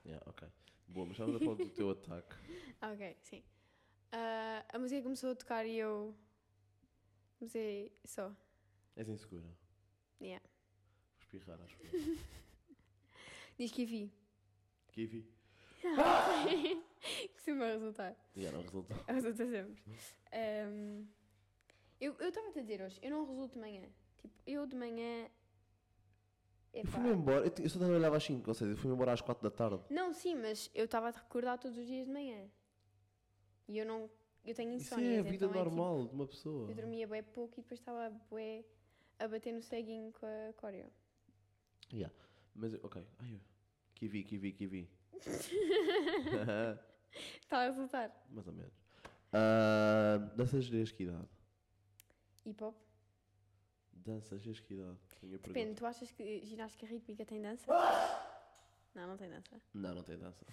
B: Yeah, ok. Boa, mas estamos a falar do teu ataque.
C: Ah, ok, sim. Ah, a música começou a tocar e eu... Comecei só.
B: És insegura.
C: Yeah.
B: Vou espirrar, acho.
C: Diz que vi.
B: Kiwi.
C: Costuma resultar. É
B: Yeah, não resultou.
C: Resulta sempre. Ahm, eu eu estava-te a dizer hoje, eu não resulto de manhã. Tipo, eu de manhã...
B: Eu
C: Epá.
B: fui-me embora, eu, ti- eu só trabalhava às 5, ou seja, eu fui-me embora às 4 da tarde.
C: Não, sim, mas eu estava a te recordar todos os dias de manhã. E eu não. Eu tenho
B: Isso
C: insónia.
B: é a vida
C: então é tipo,
B: normal de uma pessoa.
C: eu dormia bem pouco e depois estava bué a bater no ceguinho com a coreo.
B: Mas, ok. Ai, eu- kiwi, kiwi, kiwi.
C: Está Tá a resultar.
B: Mais ou menos. Ah, danças desde que idade?
C: Hip hop.
B: Danças desde que idade? Tenho a
C: Depende,
B: pergunta.
C: tu achas que ginástica rítmica tem dança?
B: Ah!
C: Não, não tem dança.
B: Não, não tem dança.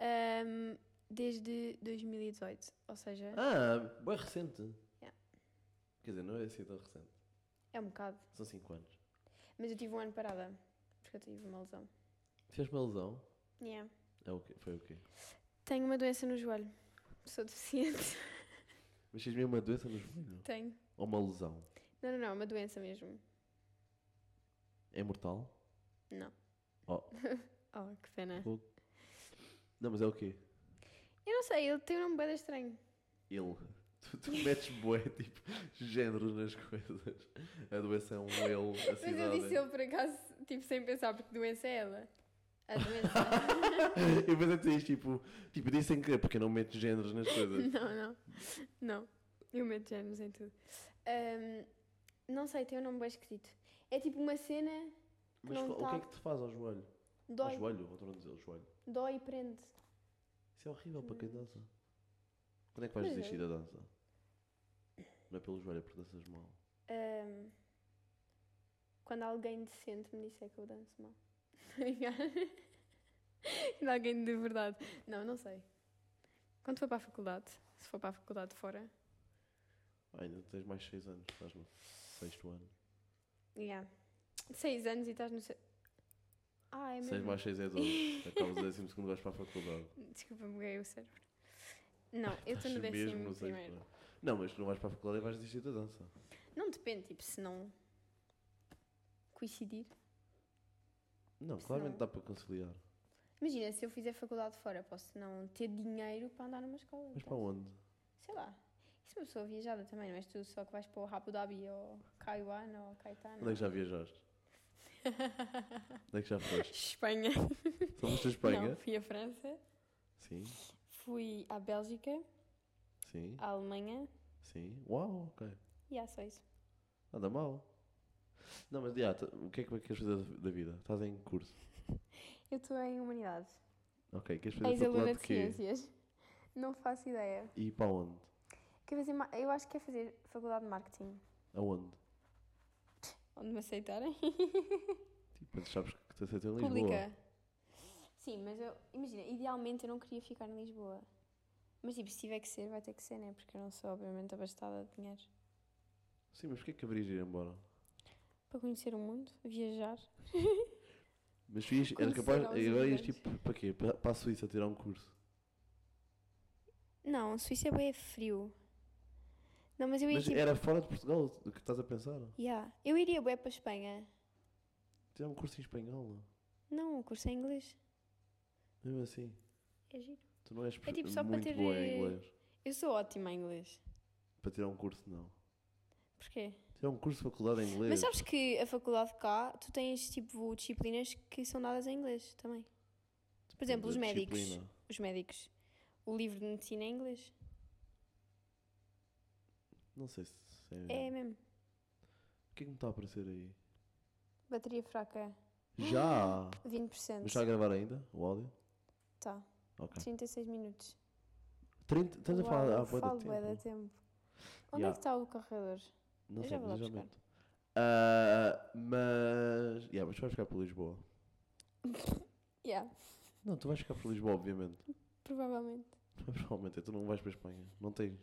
C: Ahm, desde 2018. Ou seja,
B: Ah, bem recente.
C: Yeah.
B: Quer dizer, não é assim tão recente.
C: é um bocado.
B: São 5 anos.
C: Mas eu tive um ano parada. Porque eu tive uma lesão.
B: Fez uma lesão?
C: Yeah.
B: É o quê? Foi o quê?
C: Tenho uma doença no joelho. Sou deficiente.
B: Mas tens mesmo uma doença no joelho?
C: Tenho.
B: Ou uma lesão?
C: Não, não, não, é uma doença mesmo.
B: É mortal?
C: Não.
B: Oh.
C: oh, que pena.
B: Fogo. Não, mas é o quê?
C: Eu não sei, ele tem um nome bem estranho.
B: Ele. Tu, tu metes bué, tipo, género nas coisas. A doença é um ele, a
C: Mas eu
B: cidade
C: disse
B: é-
C: ele por acaso, tipo, sem pensar, porque doença é ela. A doença.
B: e depois é que tens, tipo, tipo, disse sem querer, porque eu não meto géneros nas coisas.
C: não, não. Não. Eu meto géneros em tudo. Ahm, não sei, tem um nome bem esquisito. É tipo uma cena,
B: Mas
C: Não
B: fa- o que
C: tá.
B: é que te faz ao joelho? Ao
C: dói,
B: joelho, vou tornar a dizer, ao joelho.
C: dói e prende.
B: Isso é horrível para quem
C: Hum.
B: dança. Quando é que vais
C: Pois é.
B: desistir da dança? Não é pelo joelho, é porque danças mal.
C: Ahm, quando alguém decente me disser que eu danço mal. Tô brincando. Quando alguém de verdade. Não, não sei. Quando for para a faculdade, se for para a faculdade fora,
B: Ah, ainda tens mais 6 anos, estás no sexto ano.
C: Yeah. Seis anos e estás no. se- Ah, é
B: 6
C: mesmo.
B: mais 6 é 12. Acabas o décimo segundo, vais para a faculdade.
C: Desculpa, me ganhei o cérebro. Não, eu estou
B: Estás
C: no
B: mesmo
C: décimo
B: no sexto
C: primeiro.
B: ano. Não, mas tu não vais para a faculdade e vais desistir da dança.
C: Não depende, tipo, se não coincidir.
B: Não,
C: Se
B: claramente
C: não-
B: dá para conciliar.
C: Imagina, se eu fizer faculdade fora, posso não ter dinheiro para andar numa escola.
B: Mas
C: então,
B: para onde?
C: Sei lá. Isso é uma pessoa viajada também, não és tu só que vais para o Abu Dhabi ou Kaiwan ou Caetano.
B: Onde é que já viajaste? Onde é que já foste?
C: Espanha.
B: Só foste a Espanha?
C: Não, fui à França,
B: é? Sim,
C: fui à Bélgica,
B: sim,
C: à Alemanha
B: sim. Uau, ok.
C: e há só isso.
B: Nada mal. Não, mas já, t- o que é que queres fazer da- da vida? Estás em curso.
C: Eu estou em Humanidades.
B: Ok, queres fazer
C: Ex-aluna
B: faculdade
C: de
B: de quê?
C: Ciências. Não faço ideia.
B: E para onde?
C: Quer fazer, ma- eu acho que é fazer faculdade de marketing.
B: Aonde?
C: Onde me aceitarem.
B: Tipo, mas sabes que te aceitam em Lisboa.
C: Pública. Sim, mas eu, imagina, idealmente eu não queria ficar em Lisboa. Mas tipo, se tiver que ser, vai ter que ser, né? Porque eu não sou, obviamente, abastada de dinheiro.
B: Sim, mas porquê que haverias de ir embora?
C: Para conhecer o mundo, viajar.
B: Mas tu ias, era
C: Conhecer
B: capaz,
C: aos
B: agora ias
C: imigrantes.
B: tipo, para quê? Para, para a Suíça tirar um curso.
C: Não, a Suíça é bem frio. Não, mas eu ia
B: Mas
C: tipo.
B: era fora de Portugal o que estás a pensar?
C: Yeah, eu iria bem para a Espanha.
B: Tirar um curso em espanhol.
C: Não, o curso é em inglês.
B: Mesmo assim,
C: É giro.
B: tu não és
C: É tipo só para
B: muito
C: ter,
B: boa
C: eh,
B: em inglês.
C: Eu sou ótima em inglês.
B: Para tirar um curso, não.
C: Porquê?
B: Tirar um curso de faculdade em inglês.
C: Mas sabes que a faculdade cá, tu tens tipo disciplinas que são dadas em inglês também. Por exemplo, os
B: Da
C: médicos.
B: é disciplina.
C: Os médicos. O livro de medicina é em inglês.
B: Não sei se
C: É,
B: é.
C: mesmo.
B: O que é que me está a aparecer aí?
C: Bateria fraca,
B: Já!
C: 20%.
B: Mas está a gravar ainda o áudio?
C: Tá,
B: Ok.
C: 36 minutos.
B: 30, estás a
C: Uau,
B: falar
C: eu
B: há bué de
C: falo bué
B: tempo.
C: de tempo. Onde é
B: Yeah.
C: que está o carregador?
B: Não
C: Eu
B: sei,
C: já vou lá
B: mas já
C: buscar.
B: meto. Ah, mas. Yeah, mas tu vais ficar para Lisboa.
C: Yeah.
B: Não, tu vais ficar por Lisboa, obviamente.
C: Provavelmente.
B: Mas provavelmente tu não vais para a Espanha. Não tens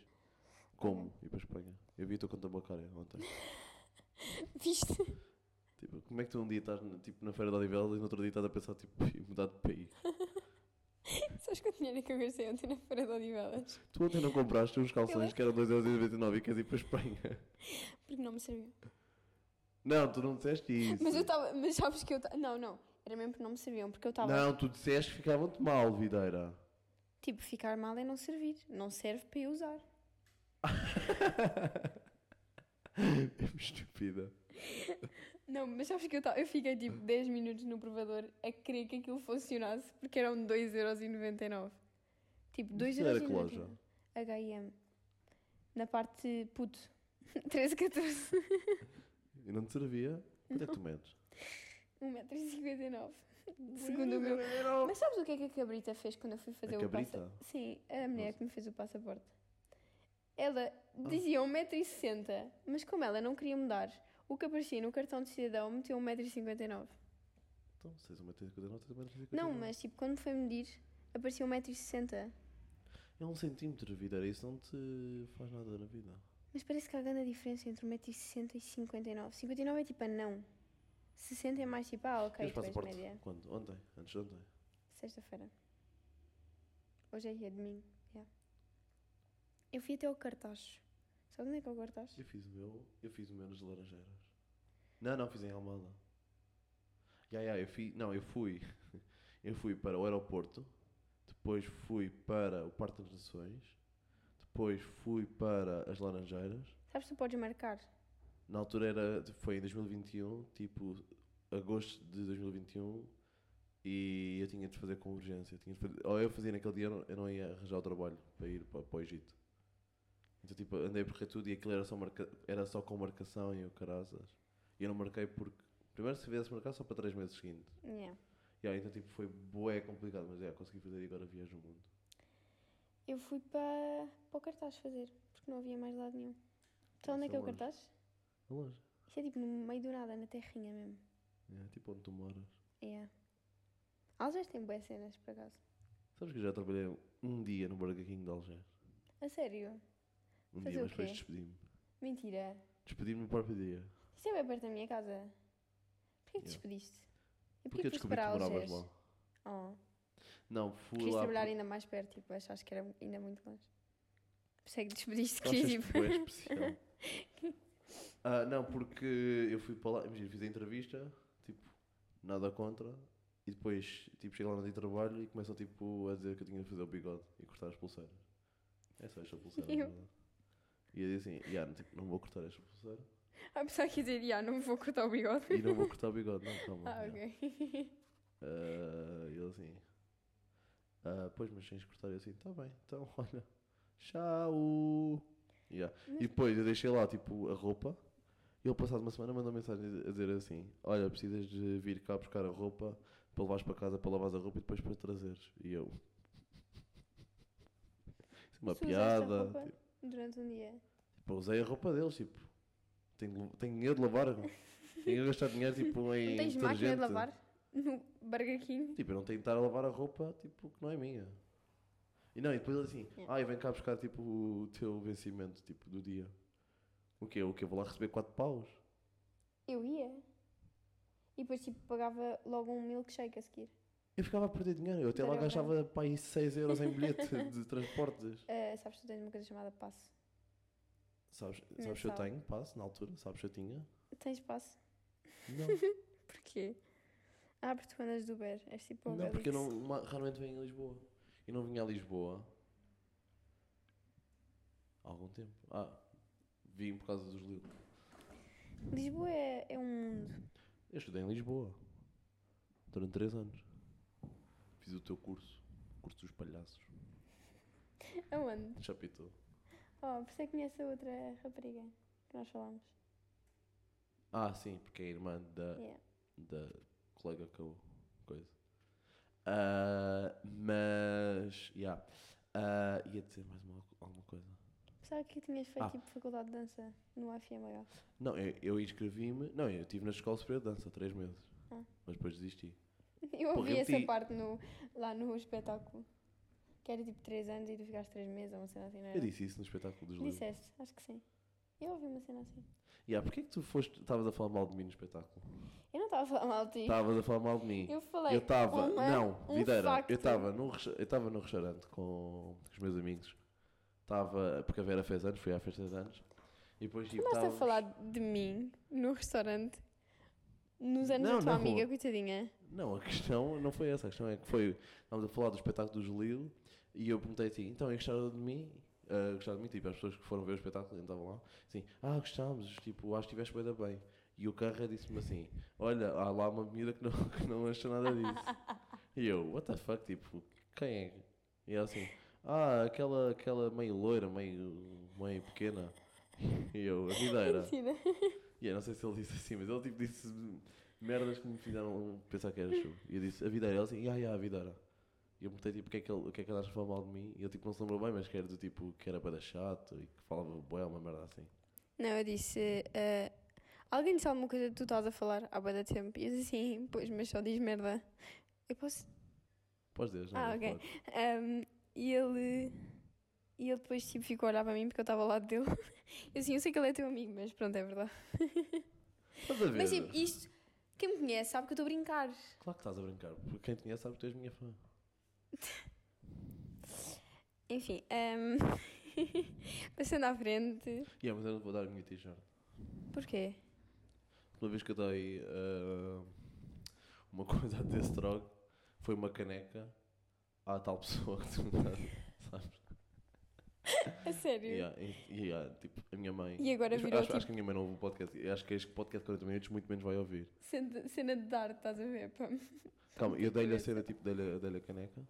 B: como ir para a Espanha. Eu vi a tua conta bancária ontem.
C: Viste?
B: Tipo, como é que tu um dia estás na- tipo, na Feira de Odivelas e no outro dia estás a pensar tipo, em mudar de país?
C: Sabes quanto dinheiro é que eu gastei ontem na Feira de Odivelas?
B: Tu ontem não compraste uns calções
C: Eu-
B: que eram 2,99€ e queres ir para a Espanha.
C: Porque não me serviu.
B: Não, tu não disseste isso.
C: Mas eu estava. Mas sabes que eu estava. Não, não. Era mesmo porque não me serviam. Porque eu estava.
B: Não, tu disseste que ficavam-te mal, Videira.
C: Tipo, ficar mal é não servir. Não serve para eu usar.
B: é estúpida.
C: Não, mas sabes que eu, tava, eu fiquei tipo
B: Hum.
C: 10 minutos no provador a querer que aquilo funcionasse porque eram 2,99€. Tipo,
B: Isso era que
C: 2,99€.
B: loja?
C: HM. Na parte puto. 13, 14.
B: E não te servia? Quanto é que tu medes?
C: 1,59m. Segundo o meu. Mas sabes o que é que a cabrita fez quando eu fui fazer
B: A
C: o
B: cabrita?
C: passaporte? Sim, a mulher que me fez o passaporte. Ela
B: Ah.
C: dizia 1,60m, mas como ela não queria mudar, o que aparecia no cartão de cidadão meteu 1,59m.
B: Então, vocês 1,59m, tens 1,59m.
C: Não, mas tipo, quando me foi medir, um aparecia 1,60m.
B: É um centímetro, Videira. Isso não te faz nada na vida.
C: Mas parece que há grande diferença entre 1,60m e 59 59 é tipo a não. 60 é mais tipo, ah, ok,
B: Tens
C: tu és
B: passaporte?
C: média.
B: Quando? Ontem? Antes de ontem?
C: Sexta-feira. Hoje é dia de mim. yeah. Eu fui até ao cartaz. Sabe onde é que é o cartaz?
B: Eu fiz o meu, eu fiz o meu nas Laranjeiras. Não, não, fiz em Almada. Ya, ya, eu fiz, não, eu fui. Eu fui para o aeroporto, depois fui para o Parque das Nações, depois fui para as Laranjeiras.
C: Sabes, tu podes marcar.
B: Na altura era, foi em 2021, tipo agosto de 2021, e eu tinha de fazer com urgência. Tinha de fazer, ou eu fazia naquele dia, eu não- eu não ia arranjar o trabalho para ir para, para o Egito. Então, tipo, andei por tudo e aquilo era só, marca, era só com marcação e o caraças. E eu não marquei porque. Primeiro, se tivesse marcado só para três meses seguintes.
C: Yeah.
B: E aí, então, tipo, foi bué complicado, mas é, consegui fazer e agora viajo o mundo.
C: Eu fui para, para o cartaz fazer, porque não havia mais lado nenhum. Sabe onde é que é o
B: Isso é longe.
C: cartaz?
B: É longe.
C: Isso é tipo no meio do nada, na terrinha mesmo.
B: É, tipo onde tu moras.
C: Yeah. Algés tem boas cenas, por acaso.
B: Sabes que eu já trabalhei um dia no Burger King de Alger.
C: A sério?
B: Um
C: Fazer
B: dia,
C: o
B: mas depois
C: quê?
B: despedi-me.
C: Mentira.
B: Despedi-me no próprio dia.
C: Isso é bem perto da minha casa. Porquê que te
B: Yeah.
C: despediste? E
B: Porque eu
C: foste
B: descobri que tu moravas
C: Algés?
B: lá.
C: Oh.
B: Não, fui
C: Quis
B: lá.
C: trabalhar
B: porque-
C: ainda mais perto, tipo, achaste que era ainda muito longe. Por isso é que despediste,
B: tu
C: quis
B: achas que tu és
C: tipo.
B: especial. Ah, não, porque eu fui para lá, imagina, fiz a entrevista, tipo, nada contra, e depois, tipo, chego lá no dia de trabalho e começam, tipo, a dizer que eu tinha de fazer o bigode e cortar as pulseiras. É só esta pulseira, na
C: Eu.
B: verdade. E eu disse assim, "Ya, tipo, não vou cortar esta pulseira
C: Ah, pensava que ia dizer, ah, não vou cortar o bigode.
B: e não vou cortar o bigode, não, calma.
C: Ah,
B: ya."
C: ok.
B: Ah, e ele assim, "Ah, pois, mas tens de cortar. Eu assim, tá bem, então, olha, tchau. Yeah. E depois eu deixei lá, tipo, a roupa. E ele, passado uma semana, mandou mensagem a dizer assim: Olha, precisas de vir cá buscar a roupa para levares para casa, para lavares a roupa e depois para trazeres. E eu. Isso é uma
C: Tu usaste a
B: piada.
C: roupa?
B: Tipo,
C: Durante um dia.
B: tipo, usei a roupa deles, tipo. Tenho, de lo- tenho dinheiro de lavar. tenho de gastar dinheiro, tipo, em.
C: Não tens máquina de
B: detergente.
C: lavar? No Burger King?
B: Tipo, eu não tenho de estar a lavar a roupa, tipo, que não é minha. E não, e depois ele assim,
C: Yeah.
B: ah, e vem cá buscar, tipo, o teu vencimento, tipo, do dia. O quê? O quê? Vou lá receber quatro paus?
C: Eu ia. E depois, tipo, pagava logo um milkshake a seguir.
B: Eu ficava a perder dinheiro. Eu até lá
C: Era bem.
B: gastava, pá, aí 6 euros em bilhete de transportes.
C: Ah, sabes, tu tens uma coisa chamada passo.
B: Sabes,
C: Mensal.
B: sabes se eu tenho passo na altura? Sabes se eu tinha?
C: Tens passo?
B: Não,
C: Porquê? Ah, porque tu andas do Uber. És tipo
B: não porque eu
C: Obelix.
B: não, ma- raramente venho a Lisboa. Eu não vinha a Lisboa há algum tempo. Ah, vim por causa dos livros.
C: Lisboa é, é um mundo.
B: Eu estudei em Lisboa durante 3 anos. Fiz o teu curso, o curso dos palhaços.
C: Aonde?
B: Chapitou.
C: Oh, por isso é que conhece a outra rapariga que nós falámos.
B: Ah, sim, porque é a irmã da,
C: Yeah.
B: da colega que eu. coisa. Ah, mas. Yeah. Ah, ia dizer mais uma, alguma coisa.
C: Pensava que tinhas feito
B: Ah.
C: tipo faculdade de dança no AFMH.
B: Não, eu, eu inscrevi-me. Não, eu estive na Escola Superior de Dança 3 meses.
C: Ah.
B: Mas depois desisti.
C: Eu
B: Porra,
C: ouvi
B: eu
C: essa
B: ti-
C: parte no, lá no espetáculo. Que era tipo 3 anos e tu ficaste 3 meses ou uma cena assim, não era?
B: Eu disse isso no espetáculo dos livros.
C: Disseste, acho que sim. Eu ouvi uma cena assim.
B: Yeah, porquê é que tu foste, estavas a falar mal de mim no espetáculo?
C: Eu não estava a falar mal de ti.
B: Estavas a falar mal de mim.
C: Eu falei.
B: Eu estava,
C: uma-
B: não,
C: um
B: Videira,
C: facto.
B: eu estava no, resta- eu estava no restaurante com, com os meus amigos. Estava, porque a Vera fez anos, fui à festa de anos. E depois tipo,
C: Começaste a
B: estávamos-
C: falar de mim no restaurante nos anos
B: Não,
C: da tua
B: na
C: amiga,
B: rua.
C: coitadinha.
B: Não, a questão não foi essa. A questão é que foi. Estávamos a falar do espetáculo do Julio e eu perguntei assim: então, e gostaram de mim? Ah, gostaram de mim? Tipo, as pessoas que foram ver o espetáculo e não estavam lá. Assim, ah, gostámos, tipo, acho que estiveste bem da bem. E o Carra disse-me assim: olha, há lá uma menina que não, que não achou nada disso. e eu, what the fuck, tipo, quem é? E ela assim: ah, aquela, aquela meio loira, meio, meio pequena. E eu, a vida era.
C: Mentira.
B: E eu não sei se ele disse assim, mas ele tipo disse merdas que me fizeram pensar que era show. E eu disse, a vida era. Ele assim, ah, yeah, a vida era. E eu perguntei, tipo, o que é que ele, o que é que ele acha que falou mal de mim? E ele, tipo, não se lembrou bem, mas que era do tipo, que era para chato e que falava boé, uma merda assim.
C: Não, eu disse. eh, alguém disse alguma coisa que tu estás a falar há bué de tempo. E eu disse assim, pois, mas só diz merda. Eu posso.
B: Podes dizer, não
C: Ah,
B: não
C: ok.
B: pode.
C: Ahm, e ele. E ele depois tipo, ficou a olhar para mim porque eu estava ao lado dele. Eu assim, eu sei que ele é teu amigo, mas pronto, é verdade.
B: Estás a ver?
C: Mas tipo, isto. Quem me conhece sabe que eu estou a brincar.
B: Claro que estás a brincar, porque quem te conhece sabe que tu és minha fã.
C: Enfim, ahm, passando à frente.
B: E yeah, mas eu não te vou dar a minha t-shirt.
C: Porquê?
B: Uma vez que eu dei ah, uma coisa a desse droga, foi uma caneca à tal pessoa que tu me dás, sabes?
C: A sério?
B: Yeah, e- e, yeah, tipo, a minha mãe.
C: E agora
B: acho,
C: virou,
B: acho,
C: tipo-
B: acho que a minha mãe não ouve o podcast. Eu Acho que este podcast de 40 minutos muito menos vai ouvir.
C: Cena, cena de dar, estás a ver? Pá.
B: Calma, eu
C: Tipo
B: dei-lhe a
C: esse.
B: cena, tipo, dei-lhe dei a caneca.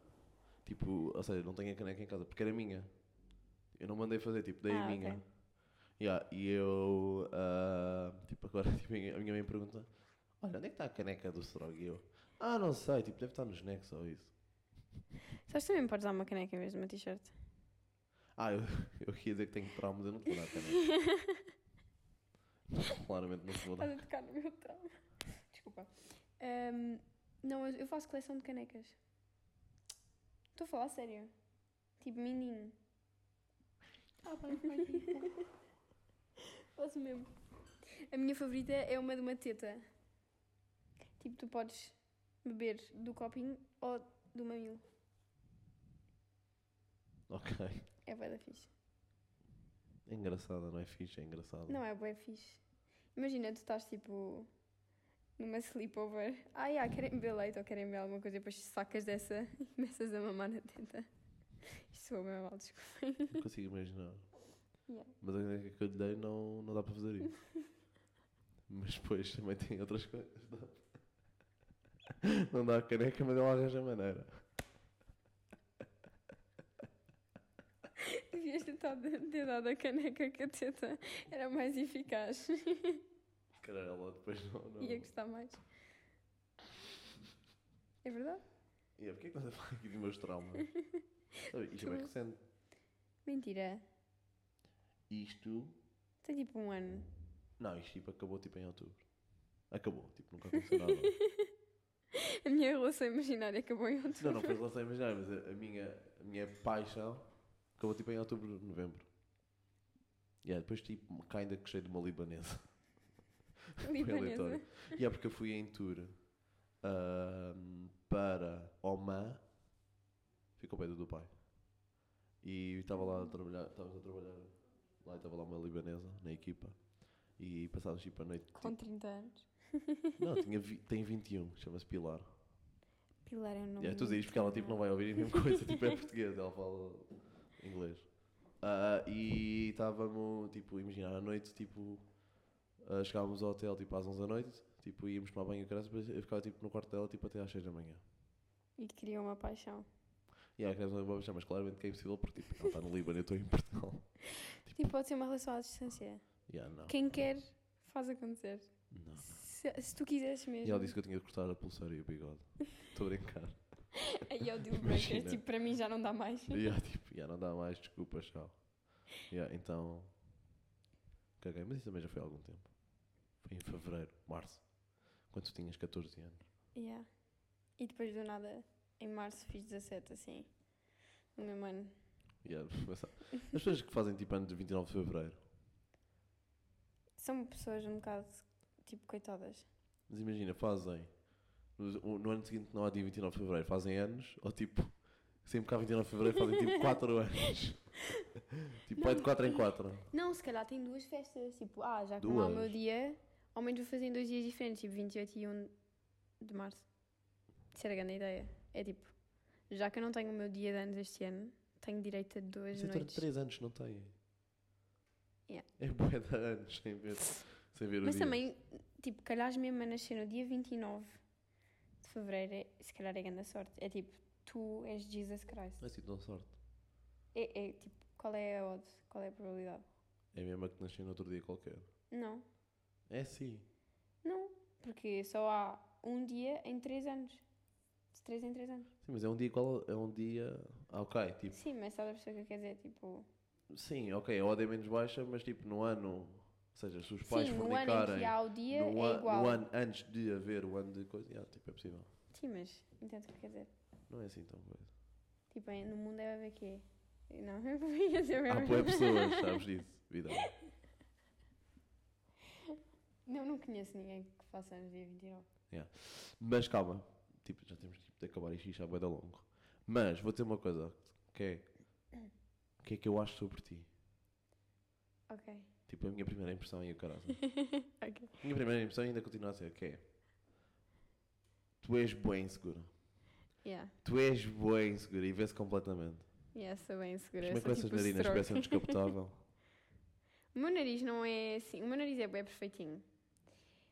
B: Tipo, ou seja, não tenho a caneca em casa, porque era minha. Eu não mandei fazer, tipo, dei
C: Ah,
B: a
C: ok.
B: minha. Yeah, e eu, ah, tipo, agora tipo, a minha a minha mãe pergunta: Olha, onde é que está a caneca do Strog? E eu, ah, não sei, tipo, deve estar nos necks ou isso.
C: Sabes também me podes dar uma caneca em vez de uma t-shirt.
B: Ah, eu, eu ia dizer que tenho traumas, eu não te vou dar a caneca. Claramente não te vou dar.
C: Estás a tocar no meu trauma. Desculpa. Ahm, não, eu eu faço coleção de canecas. Estou a falar a sério. Tipo, mindinho. Ah, bem, Faço mesmo. A minha favorita é uma de uma teta. Tipo, tu podes beber do copinho ou do mamilo.
B: Ok.
C: É bué da fixe.
B: É engraçada, não é fixe, é engraçada.
C: Não é bué fixe. Imagina, tu estás tipo numa sleepover. Ah, yeah, querem beber leite ou querem beber alguma coisa e depois sacas dessa e começas a mamar na teta. Isto soa bem mal, desculpa.
B: Não consigo imaginar.
C: Yeah.
B: Mas a caneca que eu lhe dei não, não dá para fazer isso. mas depois também tem outras coisas. Não dá a caneca, mas ela arranja maneira.
C: Devias ter dado- ter dado a caneca que a teta era mais eficaz.
B: Caralho, ela depois não. não.
C: Ia gostar mais. É verdade?
B: Yeah, porquê é que estás a falar aqui dos meus traumas? Sabe, isto é bem
C: Tu-
B: recente.
C: Mentira.
B: Isto.
C: Tem tipo um ano.
B: Não, isto tipo, acabou tipo em outubro. Acabou, tipo, nunca aconteceu nada.
C: A minha relação imaginária acabou em outro.
B: não, não foi em relação a imaginar, mas a, a minha, a minha paixão acabou tipo em outubro, novembro. E yeah, depois tipo, ainda que cheio de uma libanesa. Foi
C: Libanesa.
B: aleatório. E é porque eu fui em tour ahm, para Oman, ficou perto do Dubai. E estava lá a trabalhar, estávamos a trabalhar lá, e estava lá uma libanesa na equipa. E passámos tipo a noite.
C: Com 30 anos.
B: tipo- não, tinha, vi- tem 21, chama-se Pilar.
C: Pilar é um nome.
B: É, tu dizes
C: muito
B: porque ela tipo, não vai ouvir a mesma coisa, tipo é português, ela fala inglês. Ah, e estávamos, tipo, imaginar à noite, tipo, ah, chegávamos ao hotel tipo às 11 da noite, tipo, íamos tomar banho e caralho, depois eu ficava tipo no quarto dela tipo até às 6 da manhã.
C: E criou uma paixão.
B: E aí queremos uma boa paixão, mas claramente que é impossível porque tipo, ela está no Líbano, eu estou em Portugal.
C: Tipo, pode ser uma relação à distância.
B: Yeah, não.
C: Quem quer, faz acontecer.
B: não.
C: Se, se tu quiseres mesmo.
B: E ela disse que eu tinha de cortar a pulseira e o bigode. Estou a brincar.
C: Aí é o deal breaker.
B: Imagina.
C: Tipo, para mim já não dá mais.
B: E yeah, tipo, yeah, não dá mais desculpas, tchau. Yeah, então. Caguei, mas isso também já foi há algum tempo. Foi em fevereiro, março. Quando tu tinhas 14 anos.
C: Yeah. E depois do nada, em março, fiz 17, assim. No mesmo ano.
B: Yeah, mas sabe- As pessoas que fazem tipo ano de 29 de fevereiro,
C: São pessoas um bocado, tipo, coitadas.
B: mas imagina, fazem no, no ano seguinte não há dia 29 de fevereiro, fazem anos, ou tipo, sempre que há 29 de fevereiro fazem tipo 4 anos. tipo, vai de 4 em 4.
C: Não, se calhar tem duas festas. Tipo, ah, já que não há o meu
B: Duas?
C: dia, ao menos vou fazer em dois dias diferentes, tipo 28 e 1 de março. Isso era a grande ideia. É tipo, já que eu não tenho o meu dia de anos este ano, tenho direito a duas
B: Isso é
C: noites.
B: 3 anos, não tem?
C: Yeah.
B: É bué de anos, sem ver, sem ver o
C: Mas
B: dia.
C: também, tipo, calhar mesmo a nascer no dia 29 de fevereiro, é- se calhar é grande sorte. É tipo, tu és Jesus Christ.
B: Mas tipo, não sorte.
C: É, é tipo, qual é a odds? Qual é a probabilidade?
B: É mesmo a que nasci no outro dia qualquer.
C: Não,
B: É sim.
C: não. Porque só há um dia em três anos. De três em três anos.
B: Sim, mas é um dia qual. É um dia. Ah, ok, tipo.
C: Sim, mas sabe a pessoa que eu quero dizer, tipo...
B: Sim, ok, a odd é menos baixa, mas tipo, no ano. Ou seja, se os pais
C: Sim, no ano em
B: fornicarem.
C: que há o dia
B: no,
C: é
B: an-
C: igual.
B: no ano antes de haver o ano de coisa. Yeah, tipo, é possível.
C: Sim, mas entendo o que quer dizer.
B: Não é assim tão coisa.
C: Tipo, em- no mundo é haver quê? Não, eu ia dizer
B: Há
C: mesmo.
B: boé pessoas, sabes disso. Vida.
C: Não, não conheço ninguém que faça anos dia 29.
B: Mas calma, tipo, já temos tipo, de acabar isto, isto já vai dar longo. Mas vou dizer uma coisa, que é o que é que eu acho sobre ti?
C: Ok.
B: Tipo, a minha primeira impressão e o caralho.
C: ok.
B: A minha primeira impressão ainda continua a ser, que é tu és bem insegura.
C: Yeah.
B: Tu és bem insegura e vê-se completamente.
C: Yeah, sou bem insegura.
B: Mas
C: sou
B: com essas
C: tipo
B: narinas
C: stroke.
B: parece um descapotável.
C: O meu nariz não é assim... O meu nariz é bem perfeitinho.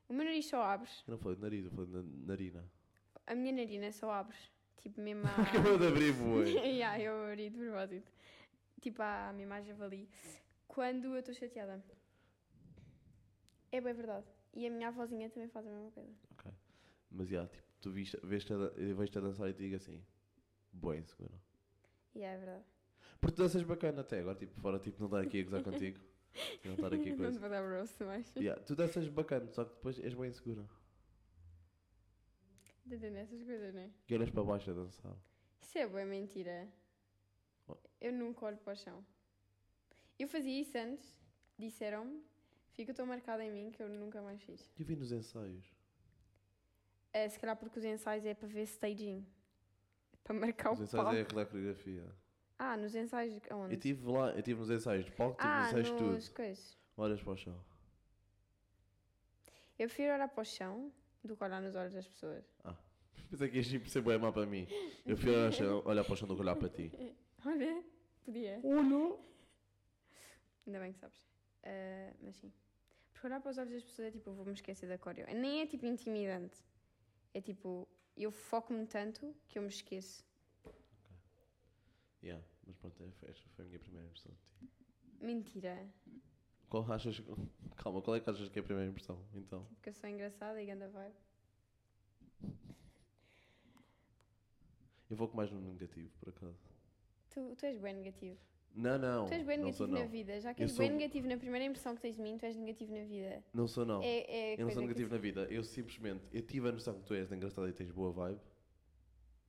C: O meu nariz só abre.
B: Eu não falei de nariz, eu falei de na- narina.
C: A minha narina só abre. Tipo, mesmo
B: Acabou
C: a...
B: de abrir, boi.
C: yeah, eu abri de propósito. Tipo, a minha imagem javali. Quando eu estou chateada. É bem verdade. E a minha avózinha também faz a mesma coisa.
B: Mas já, tipo, tu viste, vês-te a, dan- eu vejo-te a dançar e te digo assim, bem insegura.
C: E é verdade.
B: Porque tu danças bacana até agora, tipo, fora tipo, não estar aqui a gozar contigo. e Não estar aqui a
C: Não te
B: coisa.
C: vou dar roast mais.
B: Yeah, tu danças bacana, só que depois és bem insegura.
C: Entendendo essas coisas, não é?
B: E olhas para baixo a dançar.
C: Isso é boa mentira.
B: Oh.
C: Eu nunca olho para o chão. Eu fazia isso antes. Disseram-me. Fica tão marcada em mim que eu nunca mais fiz.
B: E eu vi nos ensaios.
C: É, se calhar porque os ensaios é para ver staging. Para marcar
B: Os
C: o
B: ensaios
C: palco.
B: é aquela coreografia.
C: Ah, nos ensaios de-
B: Eu
C: aonde?
B: estive lá, eu estive nos ensaios de palco, estive
C: ah,
B: nos tipo, ensaios de tudo.
C: nos coisas.
B: Olhas para o chão.
C: Eu prefiro olhar para o chão do que olhar nos olhos das pessoas.
B: Pensei que ias tipo, ser bem má para mim. Eu fui olhar, olhar para o chão do que olhar para ti.
C: Olha, podia.
B: Olha!
C: Ainda bem que sabes. Ah, mas sim. Porque olhar para os olhos das pessoas é tipo, vou-me esquecer da coreo. Nem é tipo intimidante. É tipo, eu foco-me tanto que eu me esqueço.
B: Yeah, mas pronto, é- esta foi a minha primeira impressão de ti.
C: Mentira.
B: Qual achas... Calma, qual é que achas que é a primeira impressão, então?
C: Porque eu sou engraçada e ganda vibe.
B: Eu vou com mais no negativo, por acaso.
C: Tu, tu és bem negativo.
B: Não, não.
C: tu és bem
B: não
C: negativo
B: sou não.
C: na vida. Já que
B: Eu
C: és bem
B: sou-
C: negativo na primeira impressão que tens de mim, tu és negativo na vida.
B: Não sou não.
C: É, é a
B: eu não
C: coisa
B: sou
C: que
B: negativo na vida. Eu simplesmente... Eu tive a noção que tu és engraçada e tens boa vibe.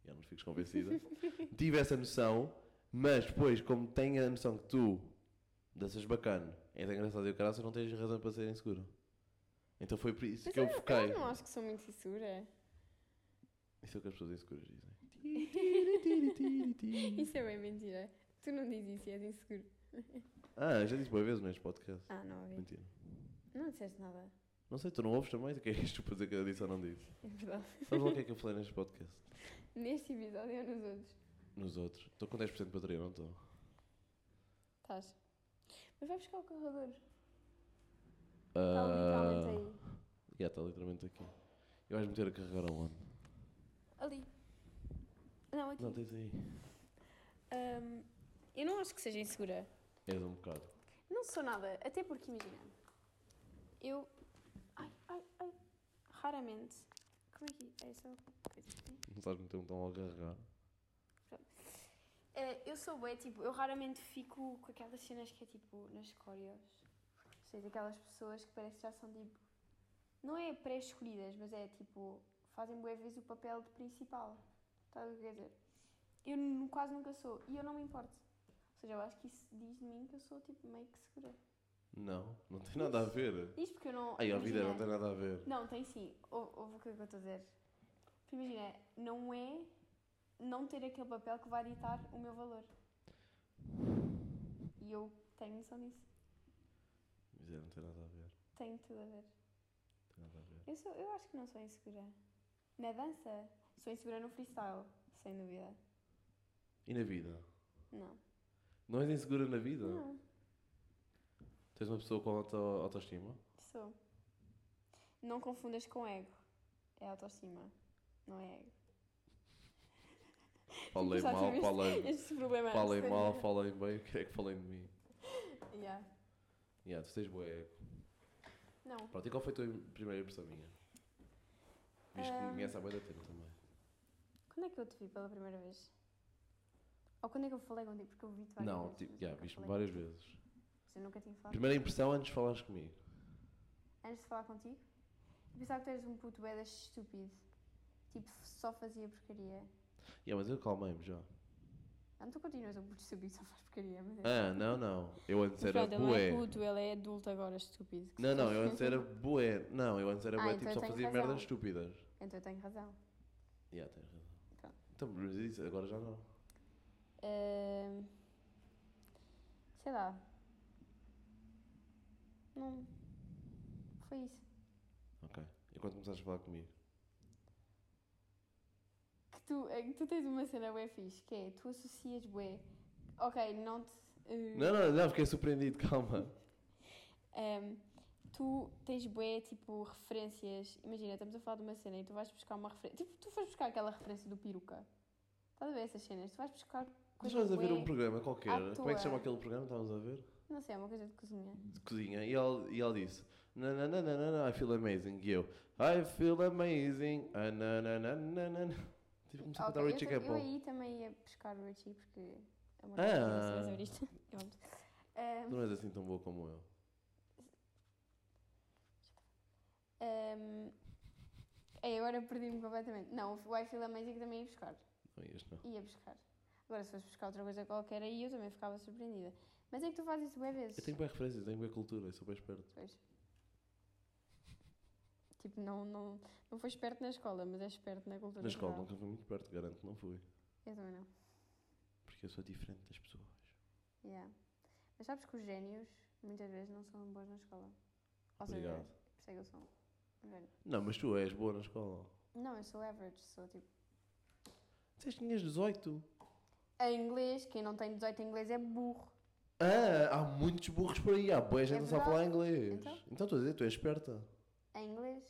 B: Já não fiques convencida. tive essa noção, mas depois, como tenho a noção que tu danças bacana, és engraçada e o caralho, não tens razão para ser insegura. Então foi por isso
C: Mas
B: que eu
C: não-
B: foquei.
C: não acho que sou muito insegura.
B: Isso é o que as pessoas inseguras dizem.
C: Isso é bem mentira. Tu não dizes isso e és inseguro.
B: Ah, já disse boa vez neste podcast.
C: Ah, não ouvi.
B: Mentira.
C: Não disseste nada.
B: Não sei, tu não ouves também? O que é isto para dizer que eu disse ou não disse?
C: É verdade.
B: Sabes lá o que é que eu falei neste podcast?
C: Neste episódio ou nos outros?
B: Nos
C: Nos
B: outros. Estou com 10% de bateria, não estou?
C: Estás. Mas vai buscar o carregador. Está Tá, literalmente
B: Ah,
C: é aí.
B: Já está literalmente aqui. E vais meter a carregar aonde?
C: Ali. Não, aqui.
B: Não, tens aí.
C: Ahm, eu não acho que seja insegura.
B: És um bocado.
C: Não sou nada. Até porque, imagina. Eu. Ai, ai, ai. Raramente. Como é que. É só coisa assim.
B: Não sabes meter um tão a carregar.
C: Eh, eu sou bué, tipo, eu raramente fico com aquelas cenas que é tipo nas coreos. Ou seja, aquelas pessoas que parece que já são tipo. Não é pré-escolhidas, mas é tipo. fazem boa vez o papel de principal. Estás a ver o que quer dizer? Eu nu- quase nunca sou e eu não me importo. Ou seja, eu acho que isso diz de mim que eu sou tipo meio que segura.
B: Não, não tem nada a ver.
C: Diz porque eu não.
B: Ai, a vida
C: imagina-
B: não tem nada a ver.
C: Não, tem sim. Ou- Ouve o que é que eu estou a dizer. Porque Imagina, não é não ter aquele papel que vai ditar o meu valor. E eu tenho noção disso.
B: Mas é, não tem nada a ver.
C: Tenho tudo a ver.
B: Tem nada a ver.
C: Eu, sou, eu acho que não sou insegura. Na dança, sou insegura no freestyle, sem dúvida.
B: E na vida?
C: Não.
B: Não és insegura na vida?
C: Não,
B: Tens uma pessoa com alta autoestima?
C: sou. Não confundas com ego. É autoestima, não é ego.
B: Falei
C: Já
B: mal,
C: tiveste
B: falei,
C: Este problema é
B: falei
C: sério.
B: mal, falei bem, o que é que falei de mim?
C: Yeah.
B: Yeah, tu tens boa ego.
C: Não,
B: Pronto, e qual foi a tua primeira impressão minha? Viste que me
C: Ahm.
B: conhece há muito tempo também.
C: Quando é que eu te vi pela primeira vez? Ou quando é que eu falei contigo? Porque eu vi-te várias
B: Não,
C: vezes.
B: tipo,
C: mas
B: yeah,
C: nunca
B: viste-me
C: falei
B: várias
C: contigo.
B: vezes.
C: Mas eu nunca tinha falado.
B: Primeira impressão antes de falares comigo.
C: Antes de falar contigo, eu pensava que tu eras um puto beda estúpido. Tipo, só fazia porcaria.
B: Yeah, mas eu calmei-me já.
C: Não, tu continuas um puto estúpido, só faz porcaria. Mas é.
B: Ah, não, não. Eu antes
C: Mas
B: era
C: pronto, ele não é
B: bué.
C: puto, ele é adulto agora, estúpido. Que
B: Não, não,
C: estúpido.
B: eu antes era bué. Não, eu antes era
C: Ah,
B: bué,
C: então
B: tipo,
C: eu
B: só
C: tenho
B: fazia
C: razão.
B: merdas estúpidas.
C: Então eu tenho razão.
B: Yeah, tens razão.
C: Pronto.
B: Então, mas isso, agora já não.
C: Ahm, Sei lá. Não. Foi isso.
B: E quando começaste a falar comigo?
C: que tu, é que tu tens uma cena bué fixe, que é, tu associas bué, ok, não te... eh,
B: Não, não, não, fiquei surpreendido, calma.
C: ehm, tu tens bué, tipo, referências, imagina, estamos a falar de uma cena e tu vais buscar uma referência, tipo, tu fores buscar aquela referência do peruca, estás a ver essas cenas, tu vais buscar
B: Mas
C: coisas
B: estás a ver
C: bué-
B: um programa qualquer.
C: é? à
B: Como é que se chama
C: toa.
B: aquele programa que estávamos a ver?
C: não sei, é uma coisa de cozinha,
B: De cozinha. E ele, e ele disse: Não, não, não, não, não, não, I feel amazing. E eu: I feel amazing. Ah, não, não, não, não, não, não. Tipo, comecei a cantar
C: Ok,
B: Richie
C: eu, ta- eu
B: Capel.
C: aí também ia buscar o Richie, porque é uma
B: Ah.
C: coisa que você vai saber isto, Eu amo-te. Ehm,
B: Não és assim tão boa como eu.
C: ehm, é, agora perdi-me completamente, não, o I Feel Amazing também ia buscar,
B: Não ias, não.
C: Ia buscar. Agora, se fosse buscar outra coisa qualquer, aí eu também ficava surpreendida. Mas é que tu fazes isso bem vezes.
B: Eu tenho boas referências, tenho boa cultura, eu sou bem esperto.
C: Pois. Tipo, não, não, não foi esperto na escola, mas é esperto na cultura.
B: Na escola
C: geral.
B: nunca fui muito perto, garanto que não fui.
C: Eu também não.
B: Porque eu sou diferente das pessoas.
C: Yeah. Mas sabes que os génios, muitas vezes, não são bons na escola. Ou seja,
B: Obrigado.
C: por isso é que eu sou um gênio.
B: Não, mas tu és boa na escola.
C: Não, eu sou average, sou tipo...
B: Disseste que tinhas 18.
C: Em inglês, quem não tem 18 em inglês é burro.
B: Ah, há muitos burros por aí. Há boa gente
C: É
B: que não sabe falar
C: verdade.
B: inglês.
C: Então?
B: Então estou a dizer, tu és esperta.
C: Em inglês...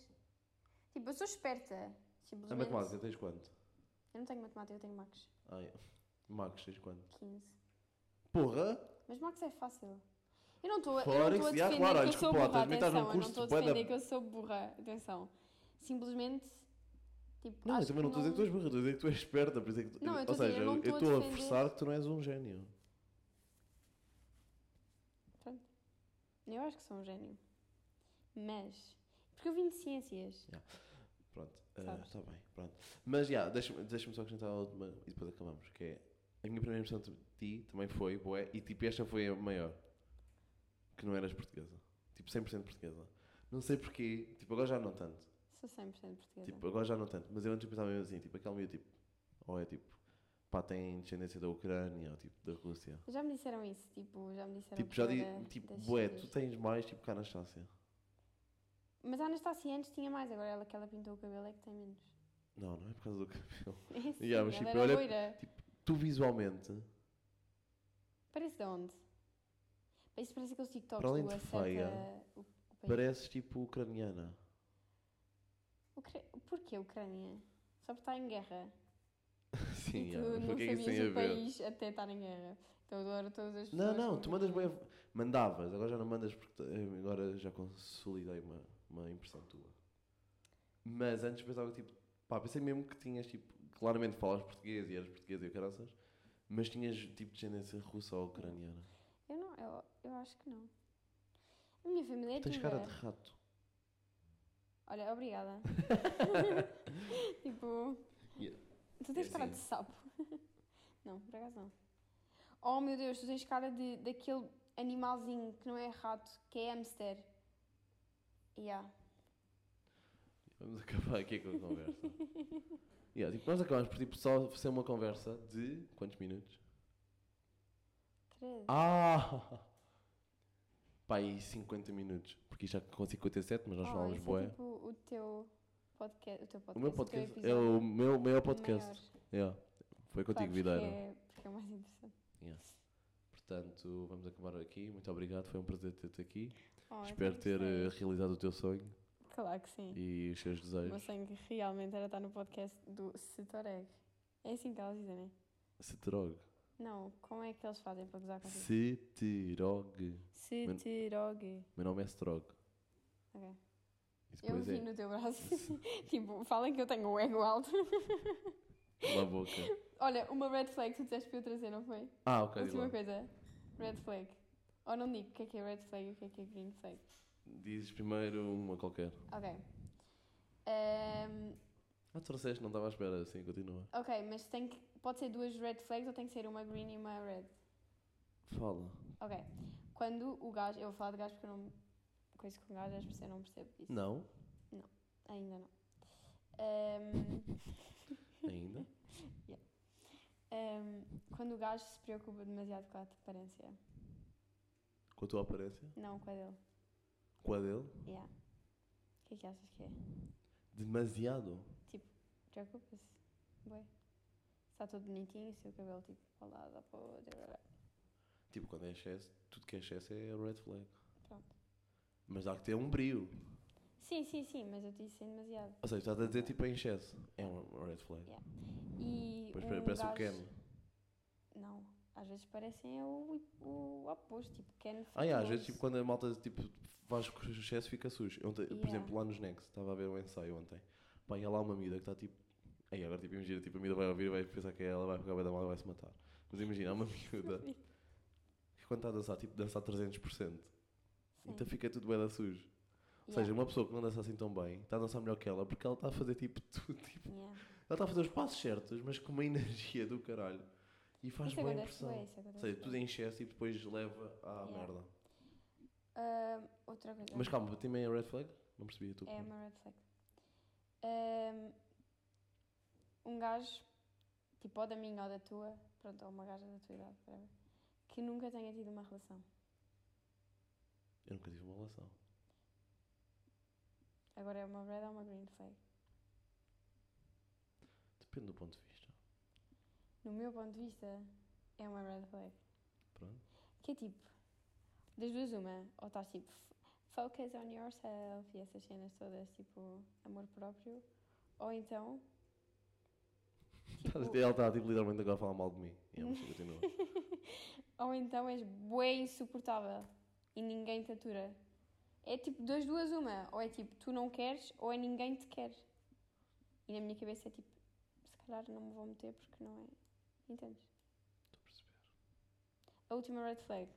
C: Tipo, eu sou esperta,
B: Na
C: simplesmente.
B: É matemática tens quanto?
C: Eu não tenho matemática, eu tenho max.
B: Ah, é. Marcos, tens quanto?
C: 15.
B: Porra!
C: Mas Max é fácil. Eu não estou a
B: Fora
C: eu não tô a
B: isso, já,
C: defender
B: claro,
C: que eu sou
B: desculpa,
C: burra,
B: estás a meter num
C: atenção. Eu não
B: curso
C: estou a
B: de bué da-
C: defender que eu sou burra, atenção. Simplesmente, tipo,
B: Não, eu
C: acho
B: também não estou a dizer que tu és burra, estou a dizer que tu és esperta. Por isso é que tu-
C: Não, eu
B: Ou
C: estou a dizer,
B: seja,
C: eu não
B: eu
C: estou a
B: estou a
C: defender-
B: forçar que tu não és um gênio.
C: Eu acho que sou um gênio. Mas, porque eu vim de ciências.
B: Pronto,
C: Sabes.
B: está Ah, tá bem, pronto. Mas, já, deixa-me deixa-me só acrescentar uma e depois acabamos, que é... A minha primeira impressão de ti também foi, boé, e tipo, esta foi a maior. Que não eras portuguesa. Tipo, 100% portuguesa. Não sei porquê, tipo, agora já não tanto.
C: Sou 100% portuguesa.
B: Tipo, agora já não tanto. Mas eu antes pensava mesmo assim, tipo, aquele meio tipo... Ou é tipo, pá, tem descendência da Ucrânia, ou tipo, da Rússia.
C: Já me disseram isso, tipo, já me disseram
B: tipo, já
C: que eu
B: digo,
C: era
B: tipo,
C: das
B: boé, tu
C: ciências.
B: tens mais, tipo, que a Anastácia.
C: Mas a Anastácia antes tinha mais, agora ela que ela pintou o cabelo é que tem menos.
B: Não, não é por causa do cabelo.
C: É assim,
B: Yeah, mas,
C: ela
B: tipo,
C: era
B: olha-
C: loira.
B: Tu visualmente,
C: Parece de onde? Mas Isso parece aqueles TikToks
B: Para além
C: do
B: de
C: acerta
B: feia,
C: o, o país.
B: pareces, tipo, ucraniana.
C: Ucra... Porquê a Ucrânia? Só porque está em guerra.
B: Sim,
C: e
B: ah,
C: tu
B: mas
C: não
B: o que é que isso tem
C: sabias
B: a
C: o
B: ver?
C: país até estar em guerra. Então adoro todas as
B: Não,
C: pessoas.
B: não,
C: que-
B: tu mandas bem. Mandavas, agora já não mandas porque eh, agora já consolidei uma, uma impressão tua. Mas antes pensava tipo, pá, pensei mesmo que tinhas tipo, claramente falas português e eras português e o caraças, mas tinhas tipo descendência russa ou ucraniana.
C: Eu não, eu, eu acho que não. A minha família é
B: Tens
C: toda.
B: cara de rato.
C: Olha, obrigada. Tipo.
B: Yeah.
C: Tu tens
B: É
C: cara
B: assim.
C: de sapo. não, por acaso não. Oh meu Deus, tu tens cara de, daquele animalzinho que não é rato, que é hamster. Yeah.
B: Vamos acabar aqui com a conversa. yeah, tipo, nós acabamos por tipo, só ser uma conversa de quantos minutos?
C: Credo.
B: Ah! Pá, aí 50 minutos. Porque já com 57, mas nós
C: Oh,
B: falámos
C: isso é
B: boé.
C: tipo o teu podcast. O teu podcast.
B: o meu podcast
C: teu
B: é
C: episódio
B: o meu maior podcast.
C: maior.
B: Yeah. Foi contigo,
C: Claro,
B: Videira.
C: Porque é, porque é mais interessante.
B: Portanto, vamos acabar aqui. Muito obrigado, foi um prazer ter-te aqui.
C: Oh,
B: Espero
C: então
B: ter eh,
C: gostei.
B: realizado o teu sonho
C: Claro que sim.
B: e os teus
C: O meu
B: desejos.
C: sangue realmente era estar no podcast do Setoreg. É assim que elas dizem, né?
B: Se drogue.
C: Não, como é que eles fazem para gozar contigo?
B: Se drogue. Mas-
C: Setoreg.
B: Meu nome é Strog.
C: Ok.
B: E
C: Eu
B: depois
C: vi
B: é
C: no teu braço. tipo, falem que eu tenho o ego alto.
B: na boca.
C: Olha, uma red flag que tu disseste para eu trazer, não foi?
B: Ah, ok. diz
C: Última
B: lá.
C: coisa. Red flag. Ou não digo o que é que é red flag e o que é que é green flag.
B: Dizes primeiro uma qualquer.
C: Ok. Ehm, Ahm,
B: Ah, trouxeste, não estava à espera. Sim, continua.
C: ok, mas tem que, pode ser duas red flags ou tem que ser uma green e uma red?
B: Fala.
C: Ok. Quando o gajo. Eu vou falar de gajo porque eu não. Coisa com gajo, acho que eu não percebo isso.
B: Não,
C: Ainda não. Ahm,
B: ainda.
C: ahm, quando o gajo se preocupa demasiado com a aparência.
B: Com a tua aparência.
C: Não com a dele.
B: Com a dele.
C: Yeah. O que é que achas que é?
B: Demasiado.
C: Preocupa-se. Boi. Está todo bonitinho, o seu cabelo tipo para o lado, dá para o outro. blá, blá.
B: Tipo, quando é excesso, tudo que é excesso é red flag.
C: Pronto.
B: Mas há que ter um brio.
C: Sim, sim, sim, mas eu te disse sem demasiado.
B: Ou seja, estás a dizer tipo em excesso. É um red flag.
C: E.
B: Depois
C: um
B: parece o
C: gajo-
B: Ken.
C: Não. Às vezes parecem é o, o oposto, tipo Ken.
B: Ah, yeah, às
C: fitness.
B: vezes tipo, quando a malta tipo, faz com excesso fica sujo. Ontem, Por
C: Yeah.
B: exemplo, lá nos Next, estava a ver um ensaio ontem. Pá, e há lá uma mida que está tipo. Aí agora tipo, imagina, tipo, a mida vai ouvir e vai pensar que é ela vai ficar bem da mal e vai se matar. Mas imagina, há uma miúda que quando está a dançar, tipo, dança a 300%.
C: Sim.
B: Então fica tudo bem da sujo. Ou seja, uma pessoa que não dança assim tão bem está a dançar melhor que ela porque ela está a fazer tipo tudo. Tipo,
C: Yeah.
B: ela está a fazer os passos certos, mas com uma energia do caralho. E faz
C: Isso
B: boa
C: acontece
B: impressão.
C: bué, é isso
B: Ou
C: acontece
B: seja, tudo
C: bué.
B: em excesso e depois leva à
C: Yeah. é
B: merda.
C: Ahm, Ah, outra coisa.
B: Mas calma, também é red flag? Não percebi a tua
C: É
B: pergunta.
C: uma red flag. Ahm, um gajo, tipo ou da minha ou da tua, pronto, ou uma gaja da tua idade, whatever, que nunca tenha tido uma relação.
B: Eu nunca tive uma relação.
C: Agora é uma red ou uma green flag?
B: Depende do ponto de vista.
C: No meu ponto de vista, é uma red flag.
B: Pronto.
C: Que é tipo, das duas uma, ou estás tipo, f- focus on yourself e essas cenas todas, tipo, amor próprio, ou então. tipo,
B: Ela está tipo, literalmente agora a falar mal de mim. E ela continua.
C: Ou então és bué insuportável e ninguém te atura. É tipo das duas uma. Ou é tipo tu não queres ou é ninguém te quer. E na minha cabeça é tipo, se calhar não me vou meter porque não é. Entendes?
B: Estou a perceber.
C: A última red flag.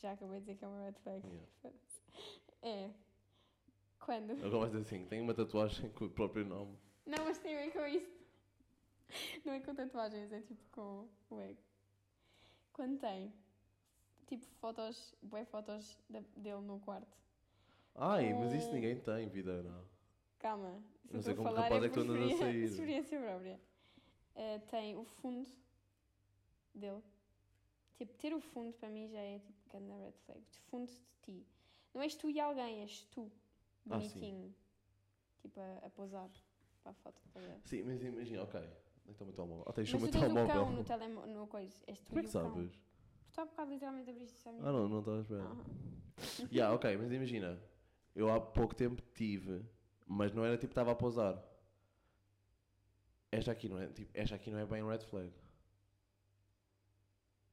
C: Já acabei de dizer que é uma red flag.
B: Yeah.
C: É. Quando?
B: Agora vais dizer assim: tenho uma tatuagem com o próprio nome.
C: Não, mas tem a ver com isso. Não é com tatuagens, é tipo com o ego. Quando tem, tipo, fotos, bué fotos da- dele no quarto.
B: Ai, mas isso
C: Com-
B: ninguém tem, vida, não.
C: Calma, se
B: Não
C: eu
B: sei
C: estou a
B: como
C: falar
B: rapaz
C: é
B: é que tu
C: por
B: andas a
C: experiência,
B: sair.
C: experiência própria. Eh, tem o fundo dele. Tipo, ter o fundo para mim já é tipo grande red flag. De fundo de ti. Não és tu e alguém, és tu.
B: Ah, sim.
C: Bonitinho. tipo, a, a posar para a foto. estás a ver?
B: Sim, mas imagina, ok. Não tem o meu telemóvel. Ah, tens
C: Mas
B: o
C: tu
B: meu
C: tens o cão no
B: telemóvel.
C: telemóvel, no coisa. És tu
B: Como é
C: e
B: que
C: o cão.
B: sabes?
C: Porque tu há bocado literalmente abriste isso à minha
B: Ah, não, não estava à espera. Yeah, ok, mas imagina, eu há pouco tempo tive, mas não era tipo estava a pousar. Esta aqui não é, tipo, esta aqui não é bem red flag.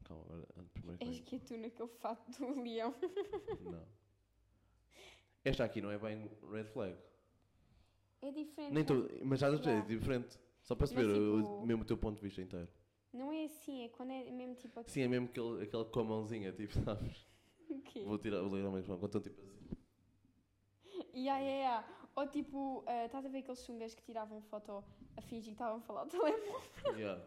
B: Calma, agora a primeira
C: És
B: coisa.
C: que é tu naquele fato do leão.
B: Não. Esta aqui não é bem red flag.
C: É diferente.
B: Nem tô, mas já estás a
C: Yeah.
B: dizer, é diferente. Só para
C: Mas,
B: saber o-
C: tipo-
B: o, mesmo o teu ponto de vista inteiro.
C: Não é assim, é quando é mesmo tipo
B: Sim, é mesmo aquele, aquele com a mãozinha, tipo, sabes?
C: o quê?
B: Vou tirar, vou ligar o microfone. Quando estão tipo assim.
C: Ya, ya, ya. Ou tipo, ah, estás a ver aqueles sungas que tiravam foto a fingir que estavam a falar ao telefone?
B: Yeah.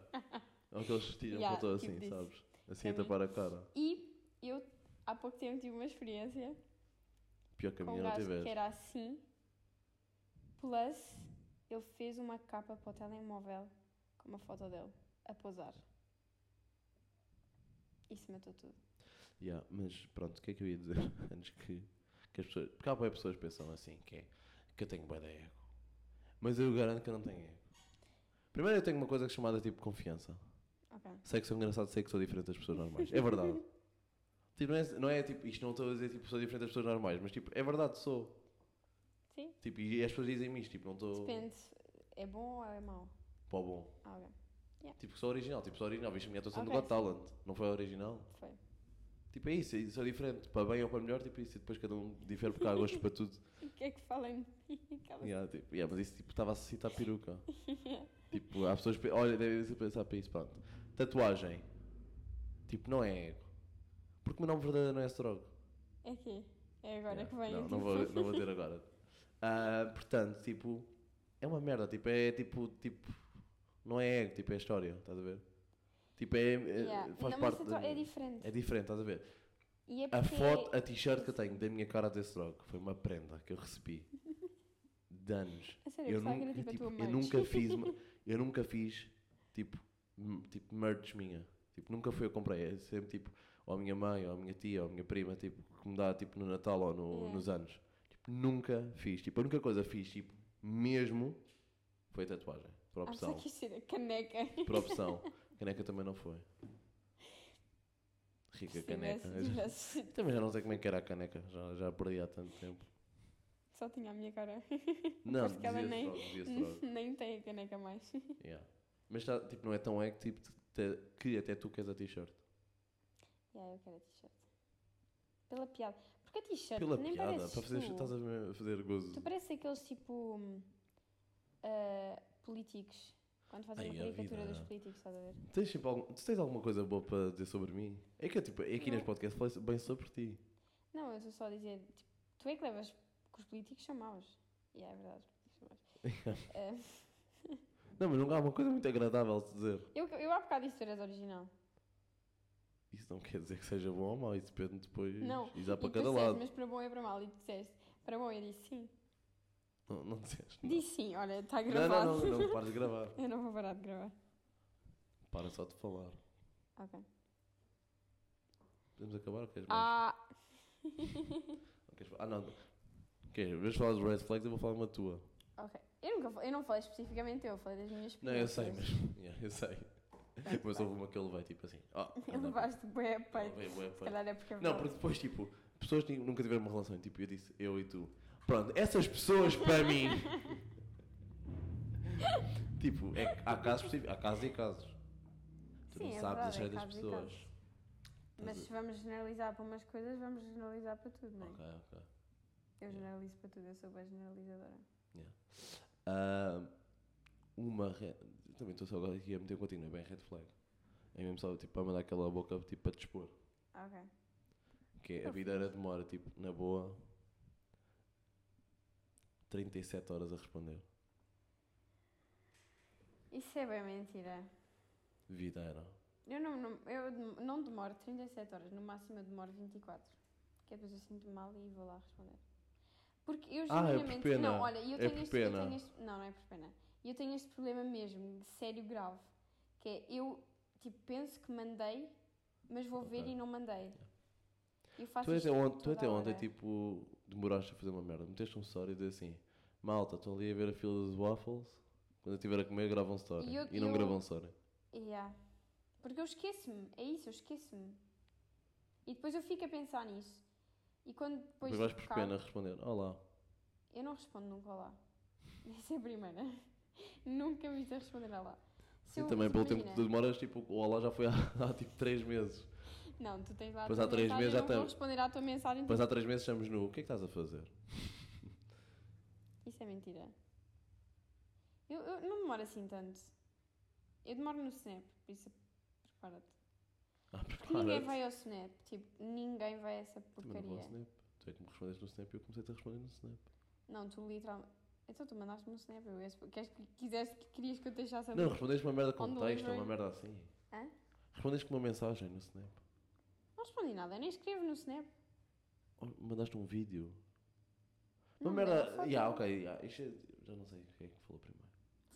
B: Ou que eles tiram
C: Yeah,
B: foto
C: tipo
B: assim,
C: disso.
B: sabes? Assim a
C: Também.
B: tapar a cara.
C: E eu há pouco tempo tive uma experiência
B: Pior que a
C: com um
B: minha não
C: gajo que
B: tiveste.
C: era assim. Plus, ele fez uma capa para o telemóvel com uma foto dele a posar. Isso matou tudo.
B: Yeah, mas pronto, o que é que eu ia dizer antes que, que as pessoas. Porque há bué pessoas que pensam assim, que é que eu tenho bué de ego. Mas eu garanto que eu não tenho ego. Primeiro eu tenho uma coisa chamada tipo confiança.
C: Ok.
B: Sei que sou engraçado, sei que sou diferente das pessoas normais. É verdade. tipo, não, é, não é tipo, isto não estou a dizer tipo sou diferente das pessoas normais, mas tipo, é verdade, sou.
C: Sim.
B: Tipo, e as pessoas dizem-me isto, tipo, não estou
C: Depende, é bom ou é mau?
B: para o bom.
C: Ah, ok.
B: Tipo, sou original, tipo, sou original, viste a minha atuação
C: Ok,
B: do Got Talent, não foi original?
C: Foi.
B: Tipo, é isso, é- sou diferente, para bem ou para melhor, tipo, isso, e depois cada um difere porque há gostos para tudo.
C: O que é que fala em mim? Aquela-
B: Yeah, tipo, yeah, mas isso tipo estava a citar peruca. tipo, há pessoas que pe- olha, devem se pensar para isso, pronto. Tatuagem. Tipo, não é ego. Porque o meu nome verdadeiro não é Strog.
C: É aqui. É agora
B: Yeah,
C: que vem.
B: não,
C: o
B: não,
C: tipo.
B: vou, não vou dizer agora. Ah, portanto, tipo, é uma merda, tipo, é tipo, tipo, não é ego, tipo, é história, estás a ver? Tipo, é, é-
C: Yeah.
B: faz
C: Não, mas
B: parte
C: isso
B: da
C: é
B: minha-
C: diferente.
B: É diferente, estás a ver?
C: E é
B: A
C: porque-
B: foto, a t-shirt que eu tenho da minha cara desse droga foi uma prenda que eu recebi de anos.
C: A sério, eu
B: Eu nunca,
C: pensava que era tipo a
B: tipo,
C: tua
B: eu
C: merch.
B: nunca fiz, ma- eu nunca fiz tipo, m- tipo merch minha. Tipo, nunca fui eu que comprei. É sempre tipo, ou a minha mãe, ou a minha tia, ou a minha prima, tipo, que me dá tipo no Natal ou no-
C: É.
B: nos anos. Tipo, nunca fiz. Tipo, a única coisa que fiz, tipo, mesmo, foi a tatuagem. Por
C: Ah, pensava
B: opção.
C: que isto era caneca.
B: Por opção. Caneca também não foi. Rica
C: Se
B: é caneca.
C: tivesse, tivesse.
B: Também já não sei como é que era a caneca, já, já perdi há tanto tempo.
C: Só tinha a minha cara.
B: Não,
C: Aposto que ela
B: dizia-se
C: nem-
B: logo, dizia-se logo.
C: Nem tem a caneca mais.
B: Yeah. Mas tá, tipo, não é tão é que, tipo, te- que até tu queres a t-shirt.
C: yeah, eu quero a t-shirt. Pela piada. Porque a t-shirt
B: Pela
C: nem
B: piada,
C: pareces
B: para fazer,
C: tu.
B: estás a me- a fazer gozo.
C: Tu pareces aqueles tipo. hum, ah, políticos. Quando
B: Ai,
C: fazem
B: é
C: uma
B: a
C: caricatura
B: vida.
C: dos políticos, estás a ver?
B: Tens, tipo, algum, tu tens alguma coisa boa para dizer sobre mim? É que eu, tipo, é aqui
C: Não.
B: neste podcast falei bem sobre ti.
C: Não, eu estou só a dizer. Tipo, tu é que levas. Que os políticos são maus. E yeah, é verdade, os políticos são maus. Ah,
B: Não, mas não há uma coisa muito agradável de dizer.
C: Eu, eu há bocado disse que tu eras original.
B: Isso não quer dizer que seja bom ou mau, isso depende depois.
C: Não,
B: Isso há para
C: e tu
B: cada
C: disseste,
B: lado.
C: mas para bom é para mal. E tu disseste, para bom eu disse sim.
B: Não, não disseste. Não.
C: Disse sim, olha, está
B: Não,
C: gravado.
B: não, não, não, para de gravar.
C: eu não vou parar de gravar.
B: Para só de falar.
C: Ok.
B: Podemos acabar ou queres mais?
C: Ah,
B: Queres fa- Ah, não. Queres, em vez de falar de red flags, eu vou falar uma tua.
C: ok. Eu, nunca, fa- eu não falei especificamente eu, falei das minhas
B: Não, eu
C: experiências.
B: sei, mas. Yeah, eu sei. Mas houve uma que ele veio tipo assim. Ah,
C: Eu
B: anda,
C: levaste bem a
B: ela
C: peito.
B: veio, bué,
C: Se
B: bué.
C: calhar é porque eu
B: Não, porque depois, tipo, pessoas ni- nunca tiveram uma relação. Tipo, eu disse, eu e tu. Pronto, essas pessoas para mim. tipo, é, que há casos possíveis. Há casos e casos. Tu
C: Sim,
B: não
C: é
B: sabes
C: verdade,
B: as
C: é
B: certas
C: casos e
B: pessoas.
C: Mas se vamos generalizar para umas coisas, vamos generalizar para tudo, não é?
B: Ok, ok.
C: Eu generalizo para tudo, eu sou bem generalizadora.
B: Ah, uma red... Também estou só agora aqui a meter um continho, é bem red flag. É mesmo só tipo, para mandar aquela boca tipo, para dispor.
C: Ah, Ok.
B: Que
C: Tá
B: é, a vida era demora, tipo, na boa, 37 horas a responder.
C: Isso é bem mentira.
B: Vida era.
C: Eu não, não- eu dem- não demoro 37 horas, no máximo eu demoro 24. Que é depois eu sinto mal e vou lá responder. Porque eu
B: Ah, é por
C: genuinamente.
B: pena.
C: Não, olha, eu
B: É
C: tenho,
B: por
C: este, eu
B: pena.
C: tenho este- Não, não é por pena. Eu tenho este problema mesmo, de sério grave. Que é eu, tipo, penso que mandei, mas vou ver
B: Ok.
C: e não mandei. Eu faço
B: Tu
C: isto
B: até, ontem, tu é
C: toda
B: até
C: a
B: ontem,
C: hora.
B: tipo, demoraste a fazer uma merda. Meteste um story e diz assim: Malta, estão ali a ver a fila dos waffles. Quando eu estiver a comer, gravam story.
C: E
B: E,
C: eu-
B: não
C: eu-
B: gravam story.
C: Yeah. Porque eu esqueço-me, é isso, eu esqueço-me. E depois eu fico a pensar nisso. E quando depois.
B: Depois vais
C: tipo,
B: por
C: cago-
B: pena responder: Olá.
C: Eu não respondo nunca olá. Essa é a primeira. nunca me a responder olá. Se
B: E
C: eu-
B: também
C: se
B: pelo tempo que
C: imagina-
B: tu demoras, tipo, o olá já foi há, há, tipo 3 meses.
C: Não, tu tens lá. a
B: Pois
C: tua
B: há três
C: mensagem,
B: meses já
C: eu não vou
B: estamos.
C: responder à tua mensagem.
B: Depois há 3 meses estamos no: O que é que estás a fazer?
C: Isso é mentira. Eu, eu não demoro assim tanto. Eu demoro no Snap, por isso prepara-te.
B: Ah,
C: Porque ninguém
B: prepara-te.
C: vai ao Snap. Tipo, ninguém vai a essa
B: Também não vou ao
C: porcaria.
B: Snap. Tu é que me respondeste no Snap e eu comecei a responder no Snap.
C: Não, tu literalmente. Então tu mandaste-me um snap, eu esse- queres que quiseste que querias que eu deixasse a
B: Não,
C: lista?
B: respondeste uma merda
C: On
B: com um texto,
C: delivery.
B: uma merda assim.
C: é? Hã?
B: Respondeste com uma mensagem no Snap.
C: Não respondi nada, eu nem escrevo no snap.
B: Ou Mandaste um vídeo. Uma
C: Não, um mandei
B: merda.
C: foto.
B: Yeah, ok, yeah. Isto é- já não sei quem é que falou primeiro.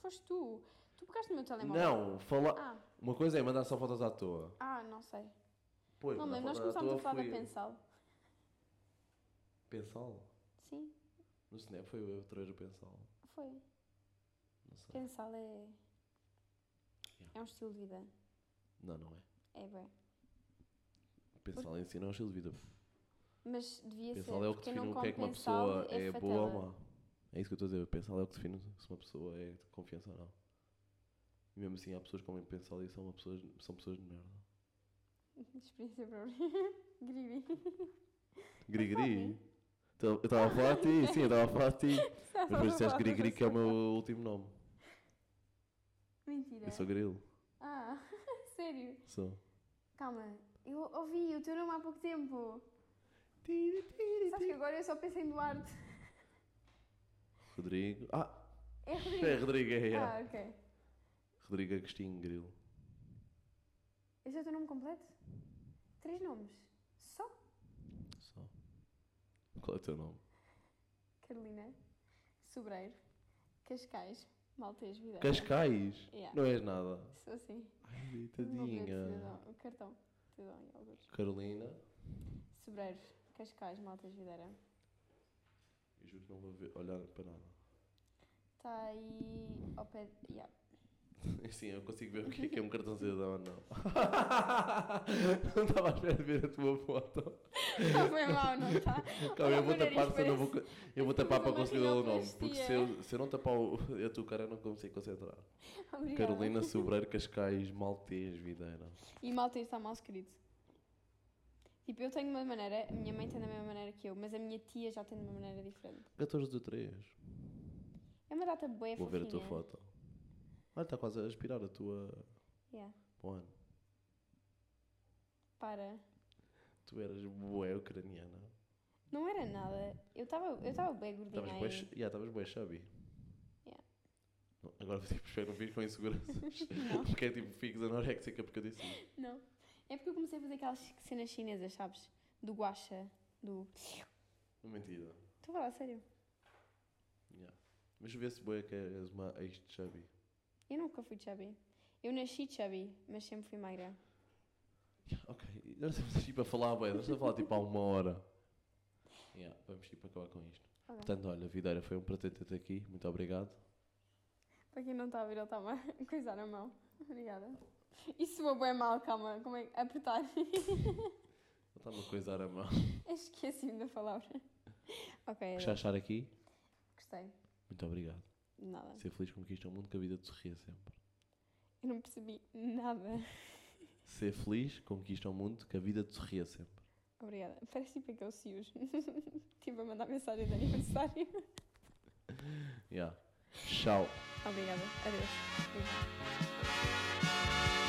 C: Foste tu. Tu pegaste no meu telemóvel.
B: Não, fala...
C: Ah,
B: uma coisa é mandar só fotos à toa.
C: ah, não sei.
B: Pois,
C: não, mas
B: mandar
C: nós
B: fotos à
C: começámos a
B: toa
C: falar da
B: foi-
C: pensal.
B: Pensal?
C: Sim,
B: No Snap foi eu trazer o Pensal.
C: foi.
B: Não sei.
C: Pensal é.
B: Yeah.
C: É um estilo de vida.
B: Não, não é.
C: É bem.
B: Pensal em si não é um estilo de vida.
C: Mas devia
B: Pensal
C: ser.
B: é o que
C: porque quem
B: define
C: não
B: o que é que uma
C: come pensal
B: pessoa é, boa
C: fatela.
B: ou má. É isso que eu estou a dizer. Pensal é o que define se uma pessoa é de confiança ou não. E mesmo assim há pessoas que comem pensal e são, uma pessoas, são pessoas de merda.
C: Experiência própria. Griri.
B: Grigri. Então, Eu estava a falar a ti, sim, eu estava a falar a ti. Mas depois disseste Grigri que é o meu último nome.
C: Mentira.
B: Eu sou Grilo.
C: Ah, sério.
B: Sou.
C: Calma, eu ouvi o teu nome há pouco tempo. Sabes que agora eu só pensei em Duarte.
B: Rodrigo. Ah,
C: É
B: é
C: Rodrigo.
B: Rodrigo, é. é.
C: Ah, ok.
B: Rodrigo Agostinho Grilo.
C: Esse é o teu nome completo? Três nomes. Só
B: Só. Qual é o teu nome?
C: Carolina, Sobreiro, Cascais, Maltês Videira.
B: Cascais?
C: Yeah.
B: Não és nada.
C: Sou assim.
B: Ai,
C: Meu bilhete de
B: tadinha.
C: cidadão- O cartão. Cidadão e alguns.
B: Carolina.
C: Sobreiro, Cascais, Maltês Videira.
B: Eu juro que não vou ver- olhar para nada.
C: Está Tá aí ao pé. de- Yeah.
B: Sim, eu consigo ver o que é, que é um cartão de cidadão ou não. Não estava à espera de ver a tua foto.
C: Tá bem mal, não está?
B: Calma, Então, eu vou
C: Olha, o meu
B: tapar
C: nariz
B: se eu não vou. Eu vou tapar para
C: uma
B: conseguir ler o nome.
C: rinoplastia.
B: Porque se eu, se eu não tapar o, a tua cara, eu não consigo concentrar.
C: Obrigada.
B: Carolina Sobreiro Cascais Maltês Videira.
C: E maltês está mal escrito. Tipo, eu tenho uma maneira, a minha mãe tem da mesma maneira que eu, mas a minha tia já tem de uma maneira diferente.
B: 14 do 3.
C: É uma data boa
B: Vou ver a tua foto. Olha, está quase a aspirar a tua.
C: Yeah.
B: Bom ano.
C: Para.
B: Tu eras boé ucraniana.
C: Não era nada. Eu estava eu tava bem gordinha
B: Estavas
C: aí.
B: boé yeah, estavas bué chubby.
C: Yeah.
B: Não, Agora tipo, espero que não fiques com inseguranças. porque é tipo, fiques anoréxica porque eu disse isso.
C: Não. É porque eu comecei a fazer aquelas cenas chinesas, sabes? Do guacha, do...
B: Mentira.
C: Estou a falar sério.
B: Yeah. Mas vê-se boé que és uma ex chubby.
C: Eu nunca fui chubby. Eu nasci chubby, mas sempre fui magra.
B: Ok, nós estamos tipo a falar bué, nós estamos a falar tipo há uma hora. Yeah, vamos tipo acabar com isto.
C: Ok.
B: Portanto, olha, Videira, foi um prazer ter-te aqui. Muito obrigado.
C: Para quem não está a ver, ele está uma coisa na mão. Obrigada. Isso soou bem mal, calma. Como é que... Apertar.
B: Não está uma coisa a mão.
C: Esqueci-me da palavra. Ok,
B: Gostaste de estar aqui?
C: gostei.
B: Muito obrigado.
C: Nada.
B: Ser feliz conquista o mundo que a vida te sorria sempre.
C: Eu não percebi nada.
B: Ser feliz conquista o mundo que a vida te sorria sempre.
C: Obrigada. Parece tipo aquele Sius. Estive a mandar mensagem de aniversário.
B: Yeah. Tchau.
C: Obrigada. Adeus. Beijinhos.